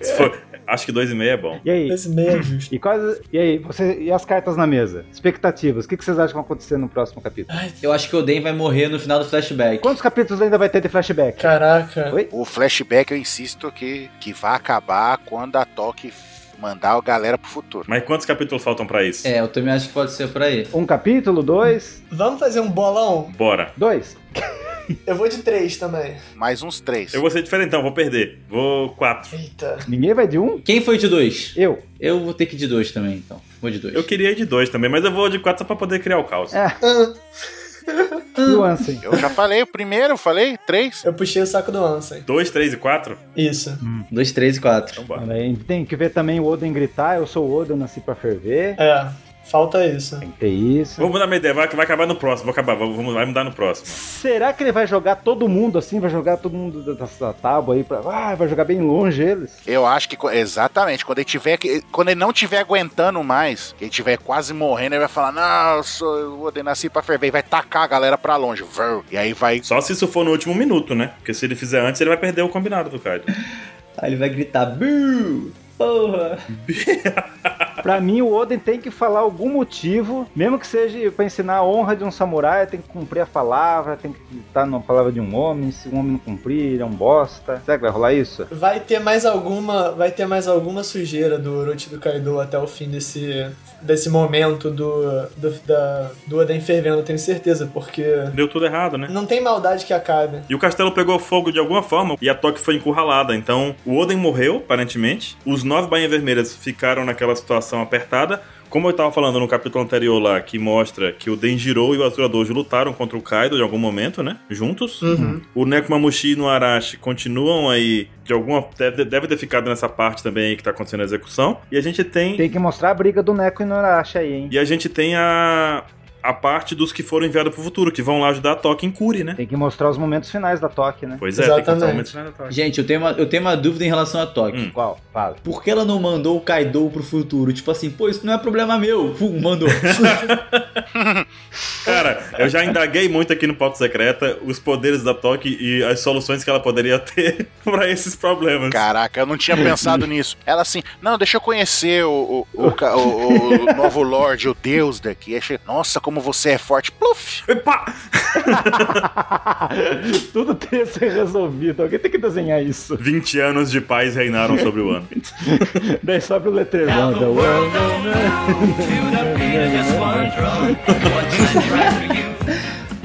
B: Se for- acho que dois e meio é bom.
A: E aí?
E: Esse meio é justo.
A: E, quais, e aí, você, e as cartas na mesa? Expectativas, o que, que vocês acham que vai acontecer no próximo capítulo?
D: Eu acho que o Oden vai morrer no final do flashback.
A: Quantos capítulos ainda vai ter de flashback?
E: Caraca.
A: Oi?
C: O flashback, eu insisto que, que vai acabar quando a Toque mandar a galera pro futuro.
B: Mas quantos capítulos faltam pra isso?
D: É, eu também acho que pode ser por aí.
A: Um capítulo? Dois?
E: Vamos fazer um bolão?
B: Bora.
A: Dois?
E: Eu vou de três também.
C: Mais uns três.
B: Eu vou ser diferentão, vou perder. Vou quatro.
E: Eita.
A: Ninguém vai de um?
D: Quem foi de dois?
A: Eu.
D: Eu vou ter que ir de dois também, então. Vou de dois.
B: Eu queria ir de dois também, mas eu vou de quatro só pra poder criar o caos.
A: É. E o Ansem?
C: Eu já falei o primeiro, eu falei três.
E: Eu puxei o saco do Ansem.
B: Dois, três e quatro?
E: Isso.
D: Dois, três e quatro.
A: Né,
B: Então bora.
A: Olha aí, Tem que ver também o Oden gritar, eu sou o Oden, nasci pra ferver.
E: É. Falta isso.
A: Tem que ter isso.
B: Vou mudar minha ideia, vai, vai acabar no próximo. Vou acabar, vamos, vamos- vai mudar no próximo.
A: Será que ele vai jogar todo mundo assim? Vai jogar todo mundo da- dessa tábua aí pra. Ah, vai jogar bem longe eles.
C: Eu acho que, co- exatamente, quando ele tiver que- quando ele não tiver aguentando mais, que ele tiver quase morrendo, ele vai falar, não, eu, sou, eu odeio nascer pra ferver, e vai tacar a galera pra longe, vrr. e aí vai,
B: Só se isso for no último minuto, né? Porque se ele fizer antes, ele vai perder o combinado do Kaido.
D: Aí ele vai gritar, Buu! Porra!
A: Pra mim, o Oden tem que falar algum motivo, mesmo que seja pra ensinar a honra de um samurai, tem que cumprir a palavra, tem que estar na palavra de um homem. Se um homem não cumprir, ele é um bosta. Será que vai rolar isso?
E: Vai ter mais alguma, vai ter mais alguma sujeira do Orochi e do Kaido até o fim desse, desse momento do do, da, do Oden fervendo, eu tenho certeza, porque
B: Deu tudo errado, né?
E: não tem maldade que acabe.
B: E o castelo pegou fogo de alguma forma e a Toque foi encurralada. Então o Oden morreu, aparentemente. Os nove bainhas vermelhas ficaram naquela situação apertada. Como eu tava falando no capítulo anterior lá, que mostra que o Denjiro e o Azul Dojo lutaram contra o Kaido em algum momento, né? Juntos. O Nekomamushi e o Arashi continuam aí, de alguma. Deve, deve ter ficado nessa parte também aí que tá acontecendo a execução. E a gente tem.
A: Tem que mostrar a briga do Neko e Noracha aí, hein?
B: E a gente tem a. A parte dos que foram enviados pro futuro, que vão lá ajudar a Toque em Cure, né?
A: Tem que mostrar os momentos finais da Toque, né?
B: Pois é, tem que mostrar o momento,
E: Exatamente.
B: né, da Toque.
D: Gente, eu tenho, uma, eu tenho uma dúvida em relação a Toque.
B: Hum.
A: Qual? Fala.
D: Por que ela não mandou o Kaido pro futuro? Tipo assim, pô, isso não é problema meu. Fum, mandou.
B: Cara, eu já indaguei muito aqui no Pauta Secreta os poderes da Toque e as soluções que ela poderia ter pra esses problemas.
C: caraca, eu não tinha pensado nisso. Ela assim, não, deixa eu conhecer o, o, o ca- o- o- o novo Lorde, o Deus daqui, Aí chega, nossa, como você é forte, pluf,
B: Epa!
A: Tudo tem que ser resolvido. Alguém tem que desenhar isso.
B: 20 anos de paz reinaram sobre o ano.
A: Daí sobe o letreirão. The world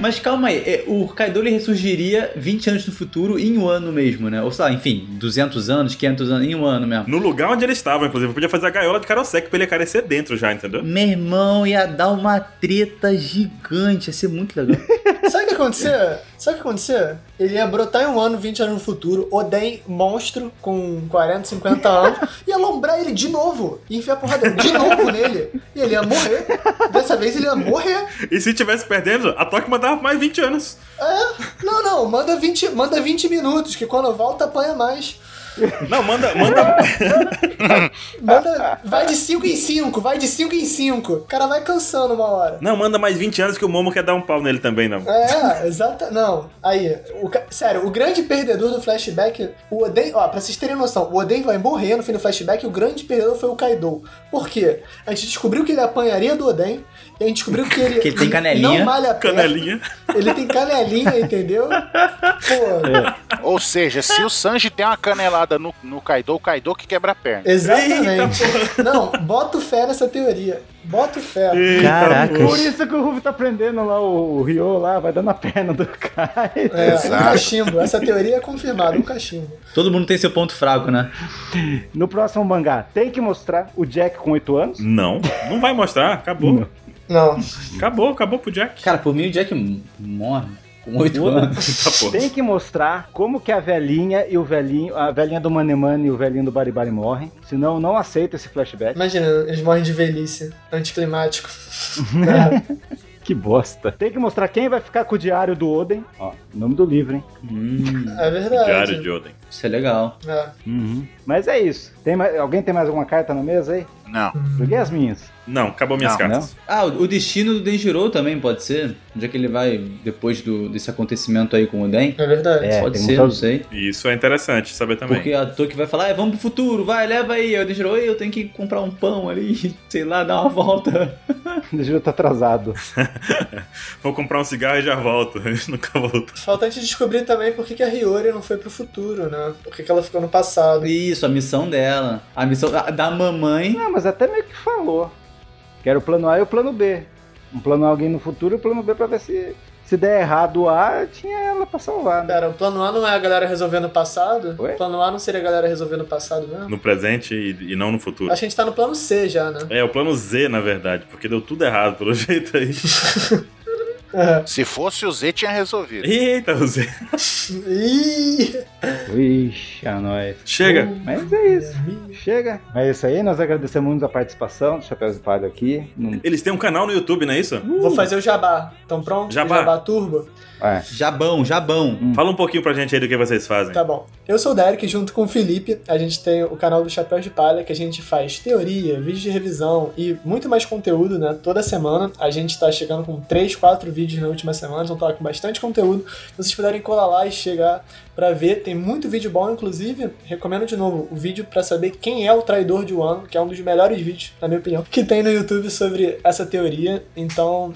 D: Mas calma aí, é, o Kaido ele ressurgiria 20 anos no futuro em um ano mesmo, né? Ou sei lá, enfim, 200 anos, 500 anos, em um ano mesmo.
B: No lugar onde ele estava, inclusive, eu podia fazer a gaiola de Karosek pra ele carecer dentro já, entendeu?
D: Meu irmão, ia dar uma treta gigante, ia ser muito legal.
E: Sabe o que ia acontecer? Sabe o que ia acontecer? Ele ia brotar em um ano, 20 anos no futuro, Oden, monstro, com 40, 50 anos, ia lombrar ele de novo, e enfiar porrada de novo nele, e ele ia morrer. Dessa vez ele ia morrer.
B: E se tivesse perdendo, a Toque mandava mais 20 anos.
E: É? Não, não, manda 20, manda 20 minutos, que quando volta apanha mais.
B: Não, manda, manda.
E: Manda, vai de 5 em 5, vai de 5 em 5. O cara vai cansando uma hora.
B: Não, manda mais 20 anos que o Momo quer dar um pau nele também, não.
E: É, exata. Não, aí, o ca- sério, o grande perdedor do flashback, o Oden, ó, pra vocês terem noção, o Oden vai morrer no fim do flashback e o grande perdedor foi o Kaido. Por quê? A gente descobriu que ele apanharia do Oden, e a gente descobriu que ele,
D: Que ele tem canelinha.
E: não malha a
B: Canelinha.
E: ele tem canelinha, entendeu?
D: É.
E: Pô,
C: ou seja, se o Sanji tem uma canelada no, no Kaido, o Kaido que quebra a perna.
E: exatamente. não, bota fé nessa teoria. Bota fé.
D: Caraca.
A: Por isso que o Ruby tá prendendo lá o, o Ryo lá, vai dando a perna do Kai.
E: É, um
C: Exato.
E: cachimbo. Essa teoria é confirmada, um cachimbo.
D: Todo mundo tem seu ponto fraco, né?
A: No próximo mangá, tem que mostrar o Jack com 8 anos.
B: Não, não vai mostrar. Acabou.
E: Não.
B: Acabou, acabou pro Jack.
D: Cara, por mim o Jack morre com 8
A: Porra.
D: anos.
B: Tá, porra.
A: Tem que mostrar como que a velhinha e o velhinho, a velhinha do Manemane e o velhinho do Baribari morrem. Senão eu não aceito esse flashback.
E: Imagina, eles morrem de velhice. Anticlimático. Nada.
A: Que bosta. Tem que mostrar quem vai ficar com o diário do Oden. Ó, nome do livro, hein?
D: Hum,
E: É verdade.
B: Diário de Oden.
D: isso é legal.
E: É.
A: Mas é isso. Tem mais- alguém tem mais alguma carta na mesa aí?
C: Não.
A: Joguei as minhas.
B: Não, acabou minhas
C: Não,
B: cartas.
D: Ah, o o destino do Denjiro também pode ser? Já que ele vai depois do, desse acontecimento aí com o Den?
E: É verdade.
A: É,
D: pode
A: tem
D: ser,
A: muita-
D: não sei.
B: Isso é interessante saber também.
D: Porque a Toki vai falar, é, vamos pro futuro, vai, leva aí. Aí o Denjiro, "Ei, eu tenho que comprar um pão ali, sei lá, dar uma volta.
A: O Denjiro tá atrasado.
B: Vou comprar um cigarro e já volto. A gente nunca volta.
E: Falta a gente descobrir também por que, que a Hiyori não foi pro futuro, né? Por que, que ela ficou no passado.
D: Isso, a missão dela. A missão da, da mamãe.
A: Ah, mas até meio que falou. Quero o plano A e o plano B. Um plano A alguém no futuro e o plano B pra ver se. Se der errado o A, tinha ela pra salvar, né?
E: Pera, o plano A não é a galera resolvendo o passado?
A: Ué?
E: O plano A não seria a galera resolvendo o passado mesmo?
B: No presente e, e não no futuro.
E: Acho que a gente tá no plano C já, né?
B: É, o plano Z, na verdade, porque deu tudo errado, pelo jeito aí.
E: Aham.
C: Se fosse o Z, tinha resolvido.
B: Eita, Zé.
E: Ih,
A: Ixi, a nós.
B: Chega.
E: Hum.
A: Mas é isso. Chega. É isso aí. Nós agradecemos muito a participação do Chapéu de Palha aqui. Não-
B: Eles têm um canal no YouTube, não é isso?
E: Vou fazer o jabá. Estão prontos?
B: Jabá.
E: turbo?
A: É.
D: Jabão, jabão.
B: Fala um pouquinho pra gente aí do que vocês fazem.
E: Tá bom. Eu sou o Derek, junto com o Felipe. A gente tem o canal do Chapéu de Palha, que a gente faz teoria, vídeo de revisão e muito mais conteúdo, né? Toda semana. A gente tá chegando com 3, 4 vídeos na última semana, então tá com bastante conteúdo. Se vocês puderem colar lá e chegar pra ver, tem muito vídeo bom, inclusive. Recomendo de novo o vídeo pra saber quem é o traidor de Wano, que é um dos melhores vídeos, na minha opinião, que tem no YouTube sobre essa teoria. Então,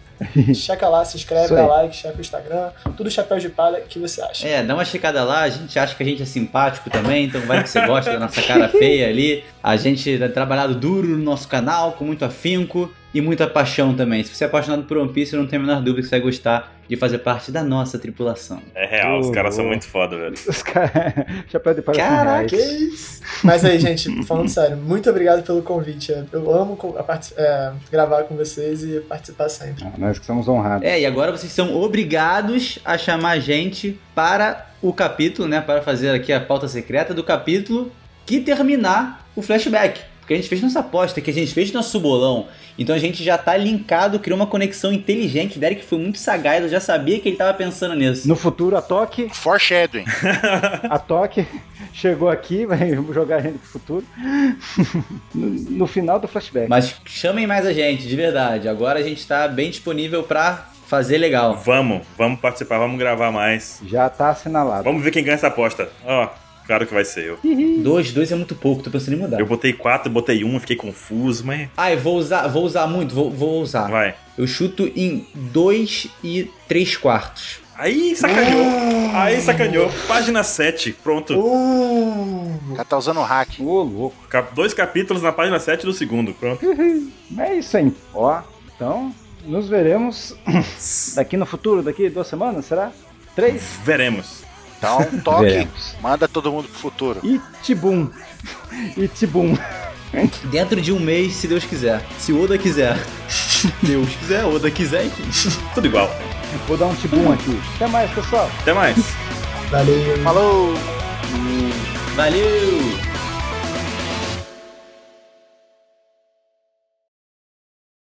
E: checa lá, se inscreve,
A: Isso
E: dá
A: aí.
E: like, checa o Instagram, tudo Chapéu de Palha, o que você acha?
D: É, dá uma checada lá, a gente acha que a gente é simpático também, então vai que você gosta da nossa cara feia ali. A gente tem trabalhado duro no nosso canal, com muito afinco e muita paixão também. Se você é apaixonado por One Piece, eu não tenho a menor dúvida que você vai gostar de fazer parte da nossa tripulação.
B: É real, os
A: Oh,
B: caras são
A: boa.
B: muito foda, velho.
A: Os caras. Chapéu de Palha é um são
D: Caraca,
A: reais.
E: Que isso? Mas aí, gente, falando sério, muito obrigado pelo convite. Eu- Eu amo co- a parte- é, gravar com vocês e participar sempre.
A: Ah, Nós que somos honrados.
D: É, e agora vocês são obrigados a chamar a gente para o capítulo, né? Para fazer aqui a pauta secreta do capítulo que terminar o flashback. Porque a gente fez nossa aposta, que a gente fez nosso bolão. Então a gente já tá linkado, criou uma conexão inteligente. Derek foi muito sagaz, eu já sabia que ele tava pensando nisso.
A: No futuro, a Toque.
C: Foreshadowing.
A: A Toque chegou aqui, vai jogar a gente pro futuro. No, no final do flashback.
D: Mas chamem mais a gente, de verdade. Agora a gente tá bem disponível pra fazer legal.
B: Vamos, vamos participar, vamos gravar mais.
A: Já tá assinalado.
B: Vamos ver quem ganha essa aposta. Ó, claro que vai ser eu.
D: Dois, dois é muito pouco, tô pensando em mudar.
B: Eu botei quatro, botei um, fiquei confuso, mas.
D: Ai, vou usar, vou usar muito, vou, vou usar.
B: Vai.
D: Eu chuto em 2 e 3 quartos.
B: Aí sacaneou.
E: Ah.
B: Aí sacaneou. Página 7, pronto.
E: Uh,
C: O cara tá usando hack.
A: Ô, louco.
B: Cap- Dois capítulos na página 7 do segundo, pronto.
A: É isso aí. Ó, então, nos veremos daqui no futuro, daqui duas semanas, será? Três?
B: Veremos.
C: Dá um
B: É.
C: toque.
A: Veremos.
C: Manda todo mundo pro futuro.
A: Itibum. Itibum.
D: Dentro de um mês, se Deus quiser. Se Oda quiser. Deus quiser, Oda quiser, enfim.
B: Tudo igual.
A: Vou dar um tibum aqui. Até mais, pessoal.
B: Até mais.
E: valeu.
C: Falou!
D: Valeu!